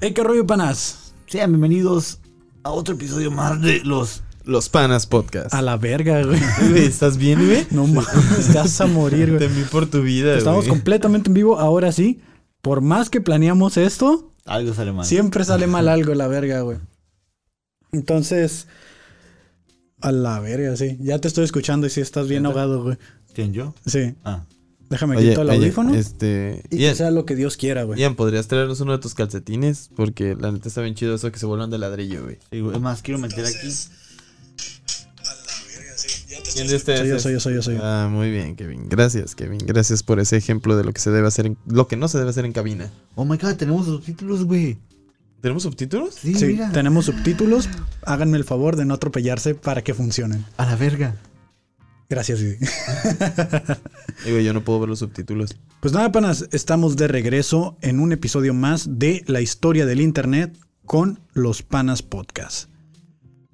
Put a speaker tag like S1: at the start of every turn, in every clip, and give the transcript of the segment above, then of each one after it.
S1: Hey, qué rollo, panas.
S2: Sean bienvenidos a otro episodio más de los
S3: Los Panas Podcast.
S1: A la verga, güey.
S3: Güey, ¿Estás bien, güey?
S1: No mames, te vas a morir, güey.
S3: Temí por tu vida,
S1: Estamos
S3: güey.
S1: completamente en vivo, ahora sí. Por más que planeamos esto,
S2: algo sale mal.
S1: siempre sale mal algo, la verga, güey. Entonces, a la verga, sí. Ya te estoy escuchando y sí estás bien ahogado, güey.
S2: ¿Quién yo?
S1: Sí,
S2: Ah,
S1: déjame
S3: Oye,
S1: quitar el
S3: oye,
S1: audífono
S3: Este,
S1: y
S3: Ian,
S1: que sea lo que Dios quiera, güey.
S3: Ian, ¿podrías traernos uno de tus calcetines? Porque la neta está bien chido eso que se vuelvan de ladrillo, güey.
S2: sí, güey. Es más, quiero meter aquí.
S3: ¿Quién de ustedes
S1: Soy yo,
S3: es?
S1: soy yo, soy yo, soy yo.
S3: Ah, muy bien, Kevin. Gracias, Kevin. Gracias por ese ejemplo de lo que se debe hacer en, lo que no se debe hacer en cabina.
S2: Oh my god, tenemos subtítulos, güey.
S3: ¿Tenemos subtítulos?
S2: Sí,
S1: Sí,
S2: mira.
S1: tenemos subtítulos. Háganme el favor de no atropellarse para que funcionen.
S2: A la verga.
S1: Gracias, Didi.
S3: Digo, yo no puedo ver los subtítulos.
S1: Pues nada, panas, estamos de regreso en un episodio más de la historia del Internet con los Panas Podcast.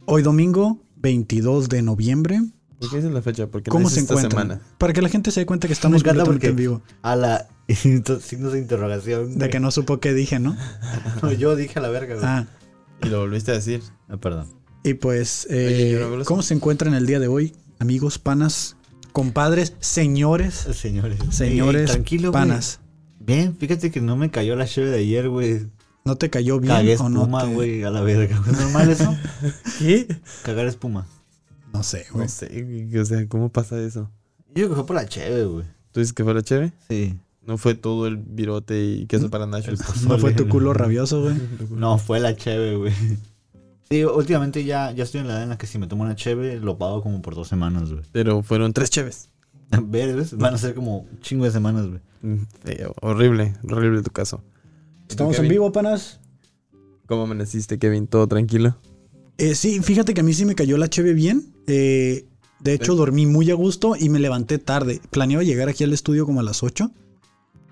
S1: Hoy domingo, 22 de noviembre.
S3: ¿Por qué dicen la fecha? Porque
S1: ¿Cómo
S3: la hice
S1: se
S3: esta
S1: encuentran?
S3: semana.
S1: Para que la gente se dé cuenta que estamos completamente en vivo.
S2: a la signos de interrogación.
S1: De
S2: güey.
S1: que no supo qué dije, ¿no?
S2: No, yo dije a la verga, güey. Ah,
S1: Ah,
S3: Y lo volviste a decir.
S2: perdón.
S1: y pues,
S3: Oye, yo
S1: eh,
S3: no veo los-
S1: ¿cómo se encuentran el día de hoy, amigos, panas, compadres, señores,
S2: Señores.
S1: señores,
S2: Eh, tranquilo, güey.
S1: panas?
S2: Bien, fíjate que no me cayó la cheve de ayer, güey.
S1: ¿No te cayó bien
S2: Cagué
S1: o no?
S2: espuma,
S1: te-
S2: güey, a la verga. ¿Es normal eso?
S3: ¿Qué?
S2: Cagar espuma.
S1: No sé, güey.
S3: No sé, güey, o sea, ¿cómo pasa eso?
S2: Yo creo que fue por la cheve, güey.
S3: ¿Tú dices que fue la cheve?
S2: Sí.
S3: No fue todo el virote y queso para nachos.
S1: No fue tu culo rabioso, güey.
S2: No, fue la cheve, güey. Sí, últimamente ya, ya estoy en la edad en la que si me tomo una cheve, lo pago como por dos semanas, güey.
S3: Pero fueron tres cheves.
S2: ¿Ves? Van a ser como un chingo de semanas, güey.
S3: Mm, feo, horrible, horrible tu caso.
S1: Estamos en
S3: Kevin?
S1: vivo, panas.
S3: ¿Cómo amaneciste, Kevin? ¿Todo tranquilo?
S1: Eh, sí, fíjate que a mí sí me cayó la cheve bien. Eh, de hecho,
S3: Sí.
S1: dormí muy a gusto y me levanté tarde. Planeaba llegar aquí al estudio como a las 8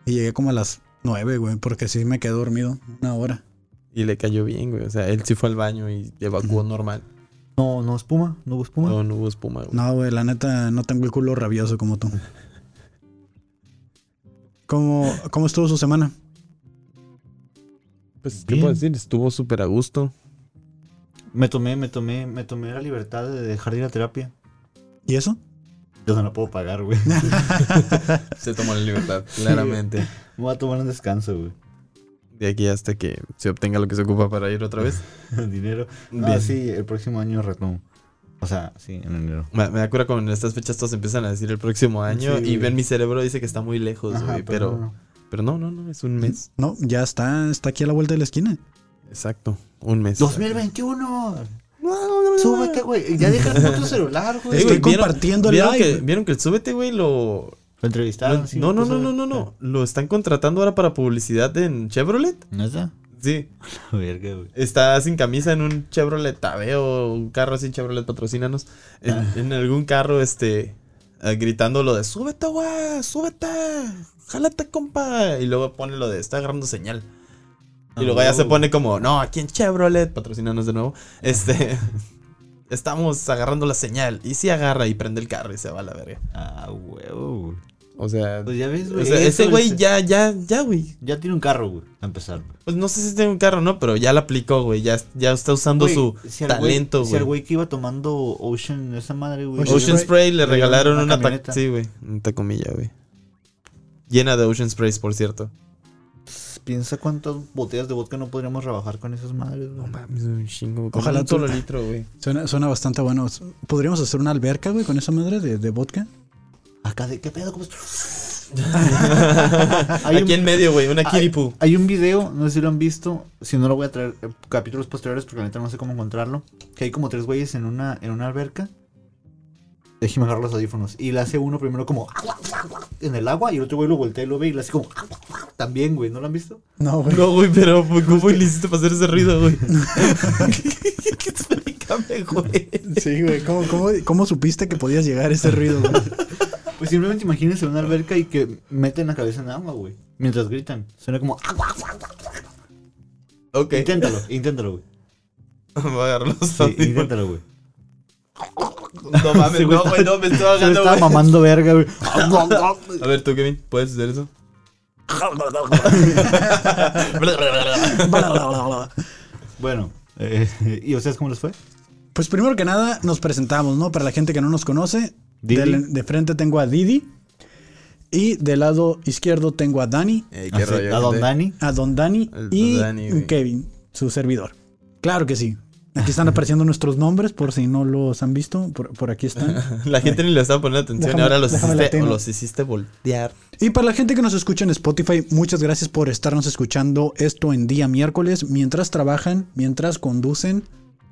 S1: y llegué como a las 9, güey, porque sí me quedé dormido una hora.
S3: Y le cayó bien, güey. O sea, él sí fue al baño y evacuó normal.
S2: No, no espuma, no hubo espuma.
S3: No, no hubo espuma, güey.
S1: No, güey, la neta, no tengo el culo rabioso como tú. ¿Cómo, cómo estuvo su semana?
S3: Pues, ¿qué
S2: Bien.
S3: puedo decir? Estuvo súper a gusto.
S2: Me tomé, me tomé, me tomé la libertad de dejar de ir a terapia.
S1: ¿Y eso?
S2: Yo no la puedo pagar, güey.
S3: Se tomó la libertad, claramente.
S2: Me voy a tomar un descanso, güey.
S3: De aquí hasta que se obtenga lo que se ocupa para ir otra vez.
S2: Dinero. Ah,
S3: Bien.
S2: sí, el próximo año retomo. O sea, sí, en enero.
S3: Me, me da cura cuando en estas fechas todos empiezan a decir el próximo año
S2: Sí,
S3: y
S2: güey.
S3: ven mi cerebro dice que está muy lejos,
S2: Ajá,
S3: Pues, güey. Pero,
S2: no,
S3: pero no, no, no, es un mes.
S1: No, ya está, está aquí a la vuelta de la esquina.
S3: Exacto, un mes.
S2: 2021. Súbete, güey. Ya deja tu celular, güey.
S3: Eh,
S1: Estoy
S3: güey, ¿vieron-
S1: compartiendo el
S3: ¿vieron
S1: live,
S3: que, ¿Vieron que el súbete, güey, lo...
S2: Lo
S3: lo-
S2: entrevistaron. sí, pues,
S3: no, no,
S2: cosa
S3: no,
S2: de-
S3: no, no, no. ¿Lo están contratando ahora para publicidad en Chevrolet?
S2: ¿No está?
S3: Sí.
S2: Verga, güey.
S3: Está sin camisa en un Chevrolet Tabeo, un carro así, Chevrolet patrocínanos. En, en algún carro, este, eh, gritando lo de súbete, güey, súbete, jálate, compa. Y luego pone lo de está agarrando señal. Y luego ya se pone como, no, aquí en Chevrolet, patrocínanos de nuevo. Este, estamos agarrando la señal. Y si agarra y prende el carro y se va a la verga.
S2: Ah, huevo, güey.
S3: O sea,
S2: Pues ya ves,
S3: o
S2: güey.
S3: sea,
S2: Eso,
S3: ese güey
S2: ese-
S3: ya, ya, ya, güey.
S2: Ya tiene un carro, güey. A empezar, güey.
S3: Pues no sé si tiene un carro o no, pero ya la aplicó, güey. Ya, ya está usando
S2: Güey,
S3: su
S2: si al
S3: talento,
S2: Si al
S3: güey.
S2: güey que iba tomando Ocean, esa madre, güey.
S1: Ocean
S3: Ocean,
S1: Spray-
S3: Spray, le
S2: le regalaron
S3: regalaron
S2: una
S3: una,
S2: camioneta.
S3: tac- Sí, güey. Una tacomilla, güey. Llena de Ocean Sprays, por cierto.
S2: Piensa cuántas botellas de vodka no podríamos rebajar con esas madres, güey.
S3: mames, un chingo.
S1: Ojalá
S3: Ojalá un
S1: tú-
S3: solo litro, güey.
S1: Suena, suena bastante bueno. ¿Podríamos hacer una alberca, güey, con esa madre de, de vodka?
S2: Acá de qué pedo, ¿Cómo es? Hay un-
S3: Aquí en medio, güey. Una
S2: hay,
S3: Kiripu.
S2: hay un video, no sé si lo han visto, si no lo voy a traer eh, capítulos posteriores porque la neta no sé cómo encontrarlo, que hay como tres güeyes en una, en una alberca. Déjeme agarrar los audífonos. Y le hace uno primero como en el agua y el otro güey lo voltea y lo ve y le hace como también, güey, ¿no lo han visto?
S1: No, güey.
S3: No, güey, pero güey, ¿cómo le hiciste para hacer ese ruido, güey? Explícame, güey.
S1: Sí, güey. ¿Cómo, cómo, cómo supiste que podías llegar a ese ruido, güey?
S2: Pues simplemente imagínense una alberca y que meten la cabeza en agua, güey. Mientras gritan. Suena como
S3: Ok.
S2: Inténtalo, inténtalo, güey.
S3: Voy a agarrar los
S2: Sí,
S3: audífonos.
S2: inténtalo, güey.
S3: No mames,
S2: Se me
S3: no,
S2: está-
S3: güey, no, me estoy
S2: Se me
S3: ahogando,
S2: estaba
S3: güey.
S2: mamando verga, güey.
S3: A ver, tú, Kevin, ¿puedes hacer eso?
S2: Bueno, eh, ¿y ustedes cómo les fue?
S1: Pues primero que nada nos presentamos, ¿no? Para la gente que no nos conoce,
S2: Didi.
S1: del- de, frente tengo a Didi y del lado izquierdo tengo a Dani,
S3: Ey, qué
S2: Así,
S3: rollo,
S2: Ah, ¿A don
S3: gente.
S2: Dani?
S1: a Don Dani
S3: El
S1: y
S3: Dani, güey.
S1: Kevin, su servidor. Claro que sí. Aquí están apareciendo nuestros nombres por si no los han visto, por, por aquí están.
S3: La gente ni le estaba poniendo atención
S1: Déjame-
S3: y ahora los
S1: déjame la
S3: hiciste,
S1: tengo.
S3: los hiciste voltear.
S1: Y para la gente que nos escucha en Spotify, muchas gracias por estarnos escuchando esto en día miércoles, mientras trabajan, mientras conducen,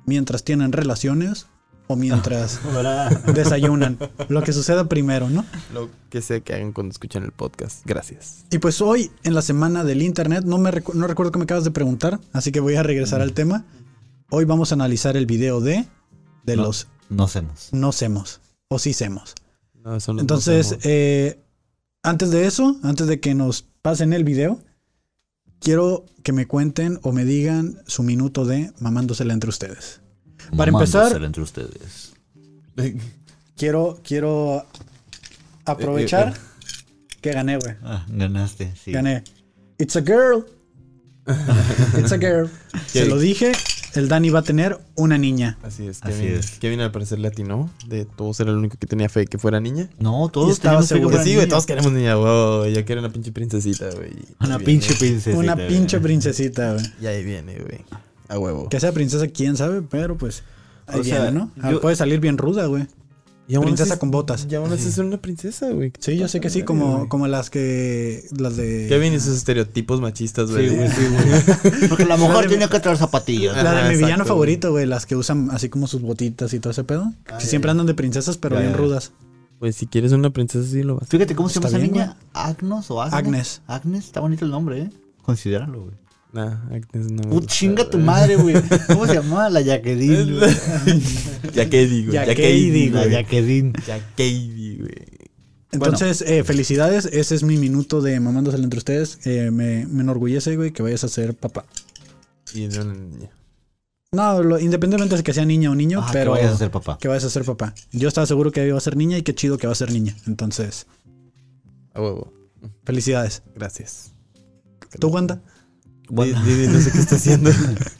S1: mientras tienen relaciones o mientras desayunan. Lo que suceda primero, ¿no?
S3: Lo que sea que hagan cuando escuchan el podcast. Gracias.
S1: Y pues hoy, en la semana del Internet, no, me recu- no recuerdo que me acabas de preguntar, así que voy a regresar al tema. Hoy vamos a analizar el video de, de
S2: No.
S1: los
S2: No hacemos.
S1: no semos o sí semos.
S3: No, eso no
S1: Entonces,
S3: hacemos.
S1: eh, antes de eso, antes de que nos pasen el video, quiero que me cuenten o me digan su minuto de mamándosela entre ustedes. Para empezar-
S2: Mamándosela entre ustedes.
S1: eh, Quiero, quiero aprovechar
S3: Eh, eh,
S1: que gané, güey.
S2: Ah, ganaste, sí.
S1: Gané. It's a girl. It's a girl. Se lo dije, el Dani va a tener una niña.
S3: Así es,
S2: Así
S3: Kevin.
S2: es.
S3: Kevin al parecer latino. De todos era el único que tenía fe que fuera niña.
S2: No,
S1: Y
S2: todos
S1: estaba
S2: teníamos
S1: seguro.
S2: que
S3: Pues
S2: fueran
S3: sí, güey,
S2: niños.
S3: todos queremos niña, wow. Ella quiere una pinche princesita, güey.
S2: Una
S3: Ahí
S2: pinche
S3: viene.
S2: princesa.
S1: una
S2: güey.
S1: pinche princesita, güey.
S3: Y ahí viene, güey. A huevo.
S1: Que sea princesa, quién sabe, pero pues. Ahí
S2: O
S1: viene,
S2: sea,
S1: ¿no? Ah,
S2: yo-
S1: Puede salir bien ruda, güey.
S3: Y aún
S1: princesa
S3: así-
S1: con botas.
S3: Y aún así es una princesa, güey.
S1: Sí, yo sé que sí, como, como las que. Las de.
S3: Kevin y sus estereotipos machistas,
S2: Sí,
S3: güey.
S2: güey, sí, güey. Porque la mujer tiene que traer zapatillas.
S1: La de
S3: Ajá,
S1: mi villano
S3: exacto.
S1: favorito, güey, las que usan así como sus botitas y todo ese pedo. Que
S2: Ah, ya,
S1: siempre
S2: ya.
S1: andan de princesas, pero
S2: Ya,
S1: bien
S2: ya.
S1: rudas.
S3: Pues si quieres una princesa, sí lo vas.
S2: Fíjate cómo se llama
S1: Está
S2: esa
S1: bien,
S2: niña. Agnos o Agnes.
S1: Agnes.
S2: Agnes, está bonito el nombre, ¿eh? Considéralo, güey.
S3: Nah, Agnes no. me
S2: Uh,
S3: gusta,
S2: chinga tu
S3: güey.
S2: madre, güey. ¿Cómo se llamaba? La Jacqueline. güey.
S3: Ya que digo,
S1: Ya
S3: ya
S1: que
S3: que
S1: digo,
S3: digo.
S2: La Jacqueline.
S3: Ya que digo, güey.
S1: Entonces, eh, felicidades. Ese es mi minuto de mamándosela entre ustedes. Eh, me, me enorgullece, güey, que vayas a ser papá.
S3: Y de una niña.
S1: No, lo- independientemente de que sea niña o niño,
S2: Ah,
S1: pero.
S2: ¿qué vayas a hacer, papá?
S1: que vayas a ser papá. Yo estaba seguro que iba a ser niña y qué chido que va a ser niña. Entonces,
S3: A huevo.
S1: felicidades.
S3: Gracias.
S1: ¿Tú, Wanda?
S2: Bueno,
S3: Didi, no sé qué está haciendo.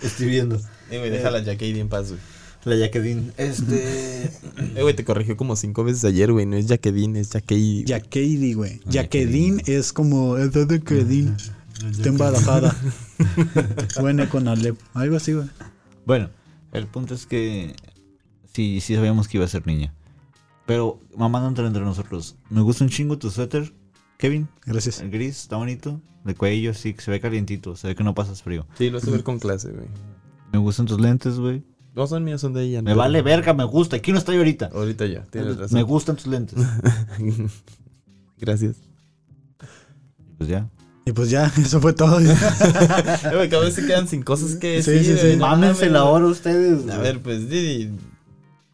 S2: estoy viendo.
S3: Eh, güey, déjala ya que en paz, güey.
S2: La Jacqueline. Este.
S3: Eh, güey, te corrigió como cinco veces ayer, güey. No es Jacqueline, es Jacqueline.
S1: Jaqueline,
S2: Ah,
S1: güey. Jaqueline es como. "Está de Kedin, Está embarazada. Buena con Alep. Algo así, güey.
S2: Bueno, el punto es que. Sí, sí sabíamos que iba a ser niña. Pero mamá no entra entre nosotros. Me gusta un chingo tu suéter, Kevin.
S1: Gracias.
S2: El gris, está bonito. De cuello, sí, que se ve calientito. Se ve que no pasas frío.
S3: Sí, lo hace ver con clase, güey.
S2: Me gustan tus lentes, güey.
S3: No son míos, son de ella.
S2: Me
S3: no.
S2: vale verga, me gusta. Aquí no estoy ahorita.
S3: Ahorita ya, tienes
S2: Me
S3: razón.
S2: gustan tus lentes.
S3: Gracias.
S2: Pues ya.
S1: Y pues ya, eso fue todo.
S3: Eh, güey, cada vez se quedan sin cosas que
S1: Sí,
S3: decir.
S1: sí, sí.
S3: güey, no
S2: Mámense la
S3: mames.
S2: hora ustedes.
S3: A
S2: güey.
S3: ver, pues Didi.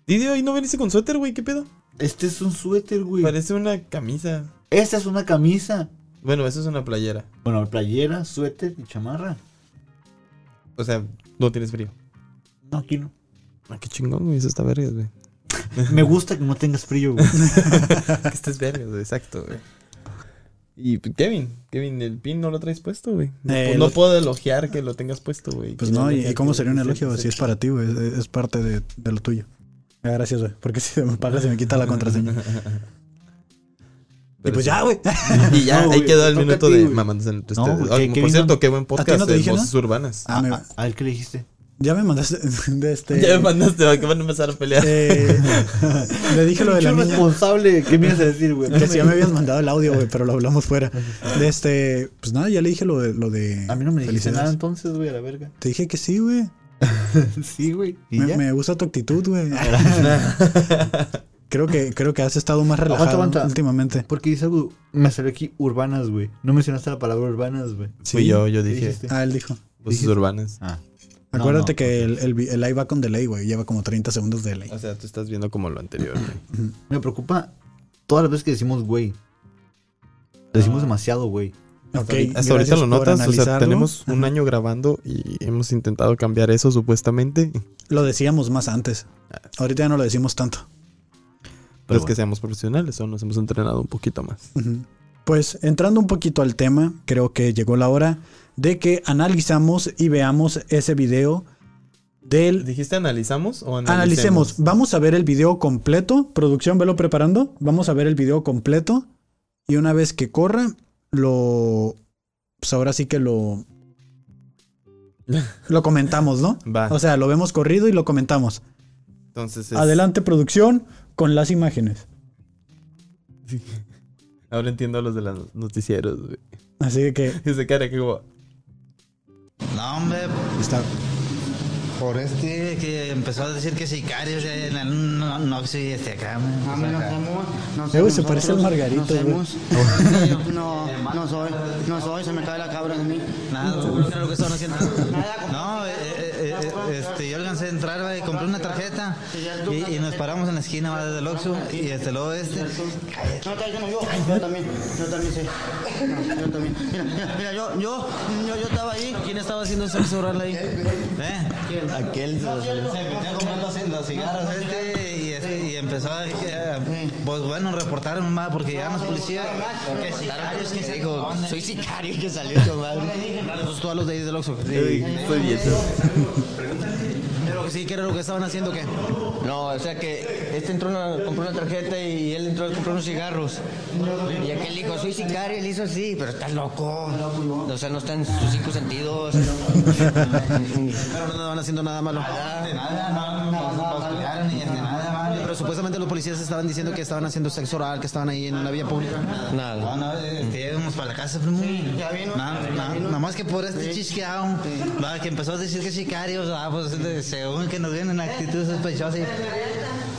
S3: Didi hoy no veniste con suéter, güey, ¿qué pedo?
S2: Este es un suéter, güey.
S3: Parece una camisa.
S2: Esta es una camisa.
S3: Bueno, eso es una playera.
S2: Bueno, playera, suéter y chamarra.
S3: O sea, no tienes frío.
S2: No, aquí no.
S3: Ah, qué chingón, güey, eso está vergas, güey.
S2: Me gusta que no tengas frío, güey.
S3: que estés vergas, güey, exacto, güey. Y pues, Kevin, Kevin, el pin no lo traes puesto, güey. No,
S1: Eh,
S3: pu- no
S1: lo-
S3: puedo elogiar que lo tengas puesto, güey.
S1: Pues
S3: Quiero
S1: no, ¿y
S3: elogiar
S1: cómo
S3: que-
S1: sería un
S3: que-
S1: elogio? güey? Si es para ti, güey. Es, es parte de, de lo tuyo. Ah, Gracias, güey. Porque si me pagas se me quita la contraseña. Y
S3: Pero
S1: pues
S3: sí.
S1: ya, güey.
S3: Y ya,
S2: No,
S3: ahí
S2: güey,
S3: quedó
S2: te
S3: el
S2: toca a
S3: minuto
S2: ti,
S3: de
S2: güey.
S3: mamándose entre
S2: No,
S3: ustedes.
S2: porque
S3: Oye, por
S2: Kevin
S3: cierto,
S2: no-
S3: qué buen podcast
S1: no te
S3: de
S1: dije
S3: voces urbanas.
S1: Ah, me-
S2: A, a- a él que le dijiste.
S1: Ya me mandaste de este.
S3: Ya me mandaste, güey, que van a empezar a pelear.
S1: eh, le dije lo de la
S2: Pinche
S1: niña.
S2: responsable, ¿qué me ibas a decir, güey? Pues,
S1: Que si ya me habías mandado el audio, güey, pero lo hablamos fuera. De este, pues nada, ya le dije lo de. Lo de
S2: A mí no me dijiste
S1: felicidades.
S2: nada entonces, güey, a la verga.
S1: Te dije que sí, güey.
S2: sí, güey. ¿Y
S1: Me,
S2: ya?
S1: me gusta tu actitud, güey. creo, que, creo que has estado más relajado
S2: Aguanta, aguanta.
S1: últimamente.
S2: Porque dice algo, me salió aquí urbanas, güey. No mencionaste la palabra urbanas, güey.
S1: Sí.
S3: Fui yo, yo
S2: ¿Qué
S3: dije.
S2: dijiste?
S1: Ah, él dijo.
S3: Voces
S2: Dijiste-
S3: urbanas.
S2: Ah. No,
S1: Acuérdate
S2: no.
S1: que el, el, vi- el live va con delay, güey. Lleva como 30 segundos de delay.
S3: O sea, tú estás viendo como lo anterior, güey.
S2: Me preocupa todas las veces que decimos güey.
S1: Ah.
S2: Decimos demasiado, güey.
S1: Ok.
S3: Hasta ahorita
S1: gracias
S3: lo
S1: por
S3: notas, o sea,
S1: analizarlo.
S3: tenemos un año grabando y hemos intentado cambiar eso supuestamente.
S1: Lo decíamos más antes.
S3: Ah.
S1: Ahorita ya no lo decimos tanto.
S3: Pero
S2: Pero
S3: es que seamos profesionales o nos hemos entrenado un poquito más.
S1: Ujú. Pues entrando un poquito al tema, creo que llegó la hora de que analizamos y veamos ese video del...
S3: ¿Dijiste analizamos o analicemos?
S1: Analicemos, vamos a ver el video completo, producción, velo preparando, vamos a ver el video completo y una vez que corra, lo... Pues ahora sí que lo... Lo comentamos, ¿no?
S3: Va.
S1: O sea, lo vemos corrido y lo comentamos.
S3: Entonces es-
S1: Adelante producción con las imágenes.
S3: Ahora entiendo a los de los noticieros, güey.
S1: Así que
S3: Ese cara que como...
S4: No, hombre,
S1: está...
S4: por este que empezó a decir que sicarios, eh, no, no, no, sí, este acá.
S5: Ah, me lo tomo, no
S1: Eh,
S5: sé,
S1: güey, se parece al
S5: nosotros,
S1: Margarito,
S5: nos
S1: güey.
S5: vemos. No, no, no soy, no soy, se me cae la cabra de mí.
S4: Nada, güey, claro que eso no siento. No, eh, eh, eh, eh, este, yo alcancé a entrar, güey, compré una tarjeta y, y nos paramos en la esquina va, del Oxxo y este luego este.
S5: No, está diciendo yo, yo también, yo también sí. No, yo también. Mira, mira, mira, yo, yo, yo, yo estaba ahí.
S4: ¿Quién estaba haciendo sexo oral ahí? ¿Eh? Aquel se metió a comer los, los cigarros este y, este, y empezó a... eh, Pues bueno, reportaron más porque llegaron los policías. Que sicarios que se dijo, soy sicario que salió a tomar. Pues todos los de ahí del Oxxo.
S3: Soy viejo.
S4: Pero que sí, que era lo que estaban haciendo, ¿qué?
S6: No, o sea que este entró, una- compró una tarjeta y él entró a comprar unos cigarros. Y aquel dijo, soy sicario, él hizo así, pero estás loco. O sea, no están sus cinco sentidos.
S4: Pero no estaban haciendo nada malo. Nada, nada, no, no, nada, Pero supuestamente los policías estaban diciendo que estaban haciendo sexo oral, que estaban ahí en la vía pública. No,
S6: Nada.
S4: no, este, íbamos para la casa, primo.
S5: ya vino.
S4: Nada, nada, nada más que por este chisqueado, va, que empezó a decir que sicarios, ah, pues este, según que nos ven en actitud sospechosa. y-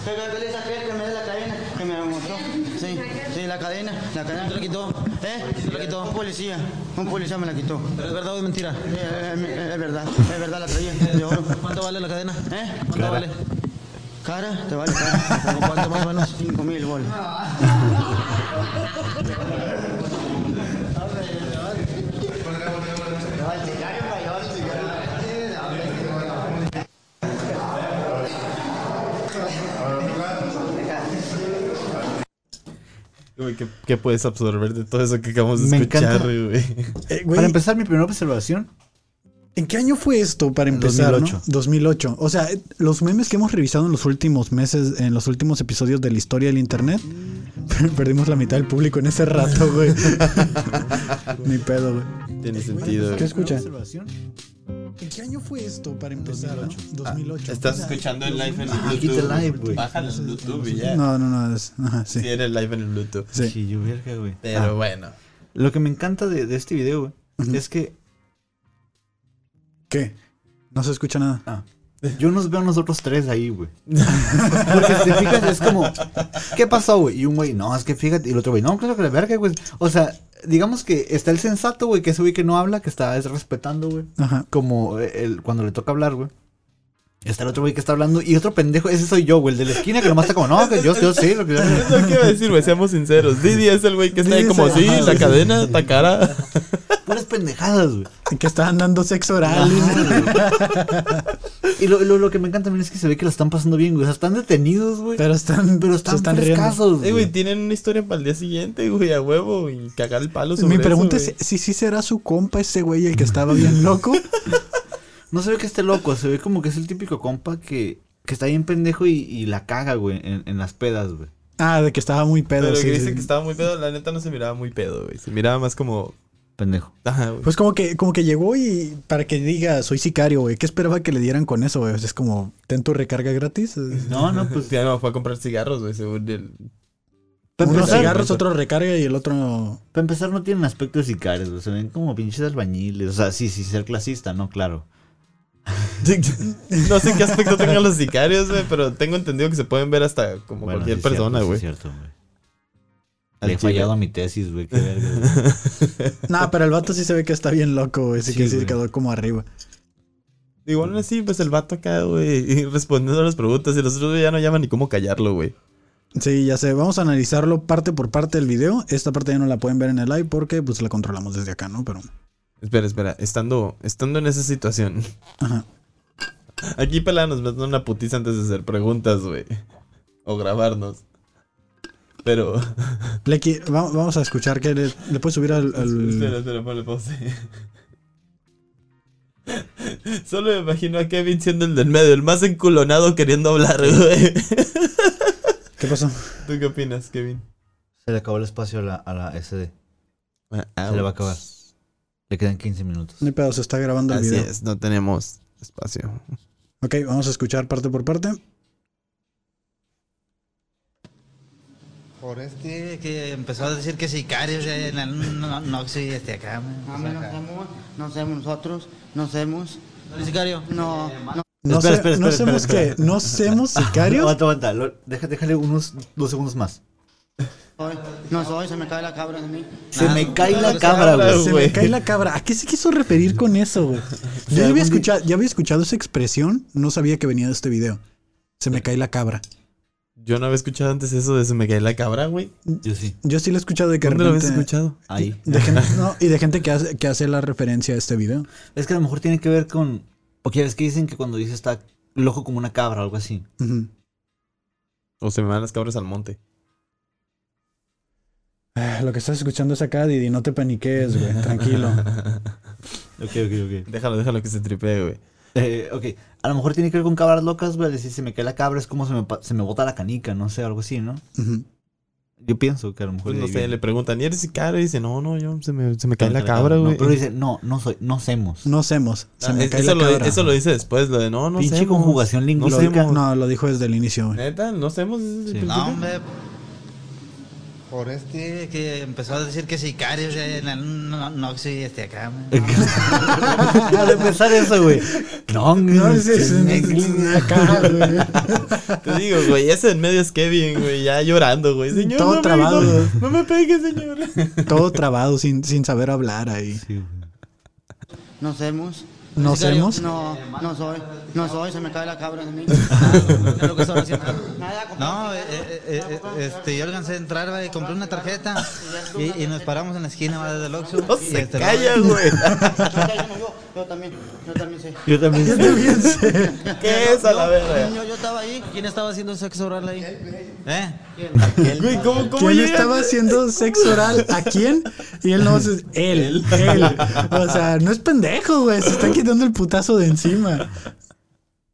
S5: Pero aquel es aquel que me da la cadena, que me mostró. Sí, sí, la cadena, la cadena. ¿Me la quitó? ¿Eh? ¿Me la quitó? Un policía, un policía me la quitó.
S4: ¿Pero es verdad o es mentira?
S5: Eh, eh, eh, es verdad, es verdad, la traía de oro.
S4: ¿Cuánto vale la cadena?
S5: ¿Eh?
S4: ¿Cuánto vale?
S5: ¿Cara? Te vale cara.
S4: ¿Cuánto más o menos?
S5: 5 mil bolas.
S3: Güey, ¿qué, qué puedes absorber de todo eso que acabamos de
S2: Me
S3: escuchar,
S2: encanta.
S3: güey?
S1: Eh, güey,
S2: Para empezar, mi primera observación.
S1: ¿En qué año fue esto para empezar?
S2: 2008.
S1: 2008. 2008. O sea, eh, los memes que hemos revisado en los últimos meses, en los últimos episodios de la historia del internet, perdimos la mitad del público en ese rato, güey. Ni pedo, güey.
S3: Tiene sentido,
S1: ¿Qué
S3: güey.
S1: escucha?
S2: Observación.
S1: ¿En qué año fue esto para empezar? 2008. 2008.
S3: Ah, Estás escuchando el live en
S2: Ah, quita el live, güey.
S3: YouTube. Bájalo en YouTube y ya.
S1: No, no, no. es- ajá, sí.
S3: Sí, era el live en el Bluetooth.
S1: Sí.
S2: Sí, yo verga, güey. Ah,
S3: Pero bueno.
S2: Lo que me encanta de, de este video, güey, es que
S1: ¿Qué? No se escucha nada.
S2: yo nos veo a nosotros tres ahí, güey. Porque si te fijas, es como, ¿qué pasó, güey? Y un güey, no, es que fíjate. Y el otro güey, no, claro que la verga, güey. O sea, digamos que está el sensato, güey, que ese güey que no habla, que está es respetando, güey.
S1: Ajá.
S2: Como eh, el, cuando le toca hablar, güey. Está el otro güey que está hablando y otro pendejo, ese soy yo, güey, el de la esquina que nomás está como, no, que yo, yo sí, lo que yo.
S3: Es lo que iba a decir, güey. Seamos sinceros. Didi es el güey que está ahí
S2: Didi
S3: como
S2: es
S3: sí,
S2: el- ajá,
S3: la
S2: güey.
S3: cadena, la cara.
S2: Puras pendejadas, güey.
S1: Que estaban dando sexo oral.
S2: Y lo, lo, lo que me encanta también es que se ve que la están pasando bien, güey. O sea, están detenidos, güey.
S1: Pero están,
S2: Pero están,
S1: se están riendo.
S2: frescasos,
S3: Eh, güey,
S2: güey.
S3: tienen una historia para el día siguiente, güey, a huevo. Y cagar el palo sobre
S1: Mi pregunta
S3: eso,
S1: es si sí será su compa ese güey el que estaba bien loco.
S2: No se ve que esté loco, se ve como que es el típico compa que, que está bien pendejo y, y la caga, güey, en, en las pedas, güey.
S1: Ah, de que estaba muy pedo.
S3: Pero
S1: sí,
S3: que
S1: sí,
S3: dicen
S1: sí.
S3: que estaba muy pedo, la neta no se miraba muy pedo, güey. Se miraba más como.
S2: Pendejo.
S3: Ajá, güey.
S1: Pues como que, como que llegó y para que diga soy sicario, güey. ¿Qué esperaba que le dieran con eso, güey? O sea, es como, ten tu recarga gratis.
S2: No, no, pues.
S3: Ya no fue a comprar cigarros, güey, según el.
S2: Para
S1: Unos
S2: empezar,
S1: cigarros, otro recarga y el otro.
S2: para empezar, no tienen aspecto de sicarios, güey. Se ven como pinches albañiles. O sea, sí, sí, ser clasista, no, claro.
S3: No sé qué aspecto tengan los sicarios, güey, pero tengo entendido que se pueden ver hasta como
S2: Bueno, sí
S3: cualquier
S2: es cierto,
S3: persona,
S2: sí es
S3: güey.
S2: cierto, güey.
S3: Al
S2: Le he
S3: chile.
S2: fallado a mi tesis, güey. Qué verga. güey.
S1: Nah, pero el vato sí se ve que está bien loco, güey. Así
S2: Sí,
S1: que sí
S2: güey.
S1: quedó como arriba.
S3: Igual aún así, pues el vato acá, güey, y respondiendo a las preguntas y los otros güey, ya no llaman ni cómo callarlo, güey.
S1: Sí, ya sé. Vamos a analizarlo parte por parte del video. Esta parte ya no la pueden ver en el live porque pues la controlamos desde acá, ¿no? Pero.
S3: Espera, espera, estando, estando en esa situación.
S1: Ajá.
S3: Aquí pelada nos meten una putiza antes de hacer preguntas, güey. O grabarnos. Pero
S1: Le qui- va- vamos a escuchar que le, le puedes subir al. al-
S3: Espera, espera, ponle pausa. Solo me imagino a Kevin siendo el del medio, el más enculonado queriendo hablar, güey.
S1: ¿Qué pasó?
S3: ¿Tú qué opinas, Kevin?
S2: Se le acabó el espacio a la, a la SD.
S3: Se Ah,
S2: Se le va a acabar. Le quedan 15 minutos.
S1: Ni pedo, se está grabando el
S3: Así
S1: video.
S3: es, no tenemos espacio.
S1: Ok, vamos a escuchar parte por parte.
S4: Por este que empezó a decir que sicarios, eh, no, no, no, sí, este acá. me empezó
S5: Ah, me no
S4: acá.
S5: sabemos, no sabemos nosotros, no sabemos.
S4: ¿No eres sicario?
S5: No, no.
S1: No, sé-
S2: Espera, espera,
S1: no
S2: espera,
S1: sabemos
S2: espera,
S1: que. No sabemos sicarios.
S2: Aguanta, aguanta. lo- deja- déjale unos dos segundos más.
S5: Soy, no soy, se me cae la cabra de mí.
S2: Se
S4: Ah,
S2: me
S4: no,
S2: cae
S4: no,
S2: la
S4: no,
S2: cabra,
S3: no,
S2: güey.
S1: Se me
S3: güey.
S1: cae la cabra. ¿A qué se quiso referir con eso, güey? Yo ya
S2: algún
S1: había,
S2: día-
S1: escuchado, ya había escuchado esa expresión, no sabía que venía de este video. Se me cae la cabra.
S3: Yo no había escuchado antes eso de se me cae la cabra, güey.
S2: Yo sí.
S1: Yo sí lo he escuchado de que
S3: ¿Dónde
S1: de
S3: lo habías
S1: repente-
S3: escuchado?
S2: Ahí.
S1: De gente, no, y de gente que hace, que hace la referencia a este video.
S2: Es que a lo mejor tiene que ver con. Porque ya ves que dicen que cuando dices está loco como una cabra o algo así.
S1: Ujú.
S3: O se me van las cabras al monte.
S1: Ah, Lo que estás escuchando es acá, Didi. No te paniques, güey. Tranquilo.
S2: Ok, ok, ok.
S3: Déjalo, déjalo que se tripee, güey.
S2: Eh, ok. A lo mejor tiene que ver con cabras locas, güey. Decir se me cae la cabra es como se me, pa- se me bota la canica, no sé, algo así, ¿no?
S1: Ujú.
S2: Yo pienso que a lo mejor.
S3: Pues
S2: de
S3: no
S2: ahí
S3: sé,
S2: viene.
S3: le preguntan, ¿y eres sicario? Y dice, no, no, yo se me, se me cae la
S2: No,
S3: cabra, güey.
S2: pero dice, no, no soy, no semos.
S1: No hacemos. Se
S3: Ah,
S1: me
S3: es-
S1: cae
S3: eso,
S1: la
S3: lo,
S1: cabra.
S3: eso lo dice después, lo de no, no sé.
S2: Pinche conjugación lingüística.
S3: No sé,
S1: No, lo dijo desde el inicio, güey.
S3: Neta, no sabemos. desde el
S2: Sí.
S3: principio?
S4: No, hombre. Por este que empezó a decir que sicarios, eh, no, no, no, sí, este acá. me-
S2: Al empezar eso, güey. No,
S1: No,
S2: güey.
S1: es- es- es- acá, güey.
S3: Te digo, güey, ese en medio es Kevin, güey, ya llorando, güey. Señor,
S1: Todo
S3: no,
S1: trabado.
S3: Me, no, no me pegues, señor.
S1: Todo trabado, sin, sin saber hablar ahí.
S2: Sí, güey.
S5: No sabemos.
S1: No hacemos.
S5: No, no soy, no soy, se me cae la cabra de mí.
S4: Lo que estaba haciendo.
S5: Nada, compadre.
S4: No, eh, eh, eh, eh, este, yo alcancé a entrar, va, y compré una tarjeta y, y nos paramos en la esquina va, del Oxxo.
S3: No
S4: y
S3: se
S4: este,
S3: calla, güey.
S5: Yo, yo también, yo también sé.
S2: Yo también.
S3: ¿Qué es a la verga?
S4: Yo, yo estaba ahí. ¿Quién estaba haciendo sexo oral ahí? ¿Eh?
S3: Güey, ¿cómo, cómo
S1: ¿Quién
S3: llegan?
S1: estaba haciendo sexo oral? ¿A quién? Y él no él, él. O sea, no es pendejo, güey. Se está quitando el putazo de encima.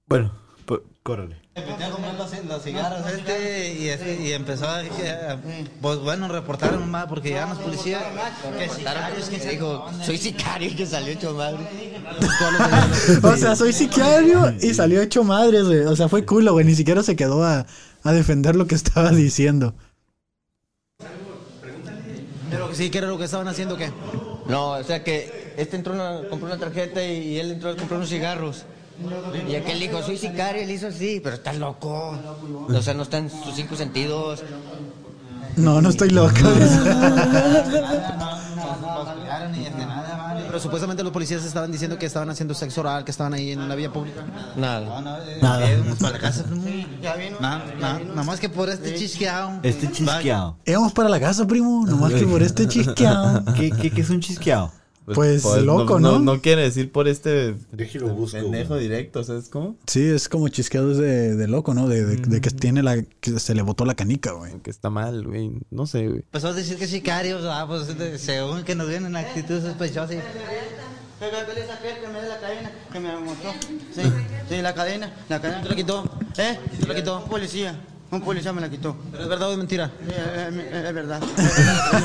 S2: Bueno, po- córrele.
S4: Empecé comprando así los cigarros este y, este, y empezó a, a- pues bueno, reportaron más porque llegaron los policías. Que sicarios, que digo,
S6: Soy sicario y que salió hecho madre.
S4: Pues,
S1: O sea, soy psiquiario y salió hecho madres, güey. O sea, fue culo, güey. Ni siquiera se quedó a, a defender lo que estaba diciendo.
S4: Pero sí, ¿qué era lo que estaban haciendo? ¿Qué?
S6: No, o sea que este entró una, compró una tarjeta y él entró a comprar unos cigarros. Y aquel dijo, soy sicario, él hizo así, pero estás loco. O sea, no está en sus cinco sentidos.
S1: No, no estoy loco.
S4: Pero supuestamente los policías estaban diciendo que estaban haciendo sexo oral, que estaban ahí en la vía pública.
S6: Nada.
S5: eh,
S4: Nada. Íbamos para la casa. Nada, nada, nada más que por este chisqueado.
S2: Este chisqueado.
S1: Íbamos para la casa, primo. Nomás que por este chisqueado.
S2: ¿Qué, qué, qué es un chisqueado?
S1: Pues, loco, ¿no?
S3: No, quiere decir por este
S2: Déjelo busco,
S3: pendejo directo, ¿sabes cómo?
S1: Sí, es como chisqueado de, de loco, ¿no? De, de- de que tiene la. que se le botó la canica, güey.
S3: Que está mal, güey. No sé, güey.
S4: Empezó a decir que sicarios, ah, pues de- según que nos vienen en actitud sospechosa. y-
S5: ¿Qué le saqué? Que me dé la cadena, que me mostró. Sí, sí, la cadena, la cadena. ¿Te la quitó? ¿Eh? ¿Te la quitó? Un policía, un policía me la quitó.
S4: ¿Pero es verdad o es mentira?
S5: Sí, es- es- es verdad.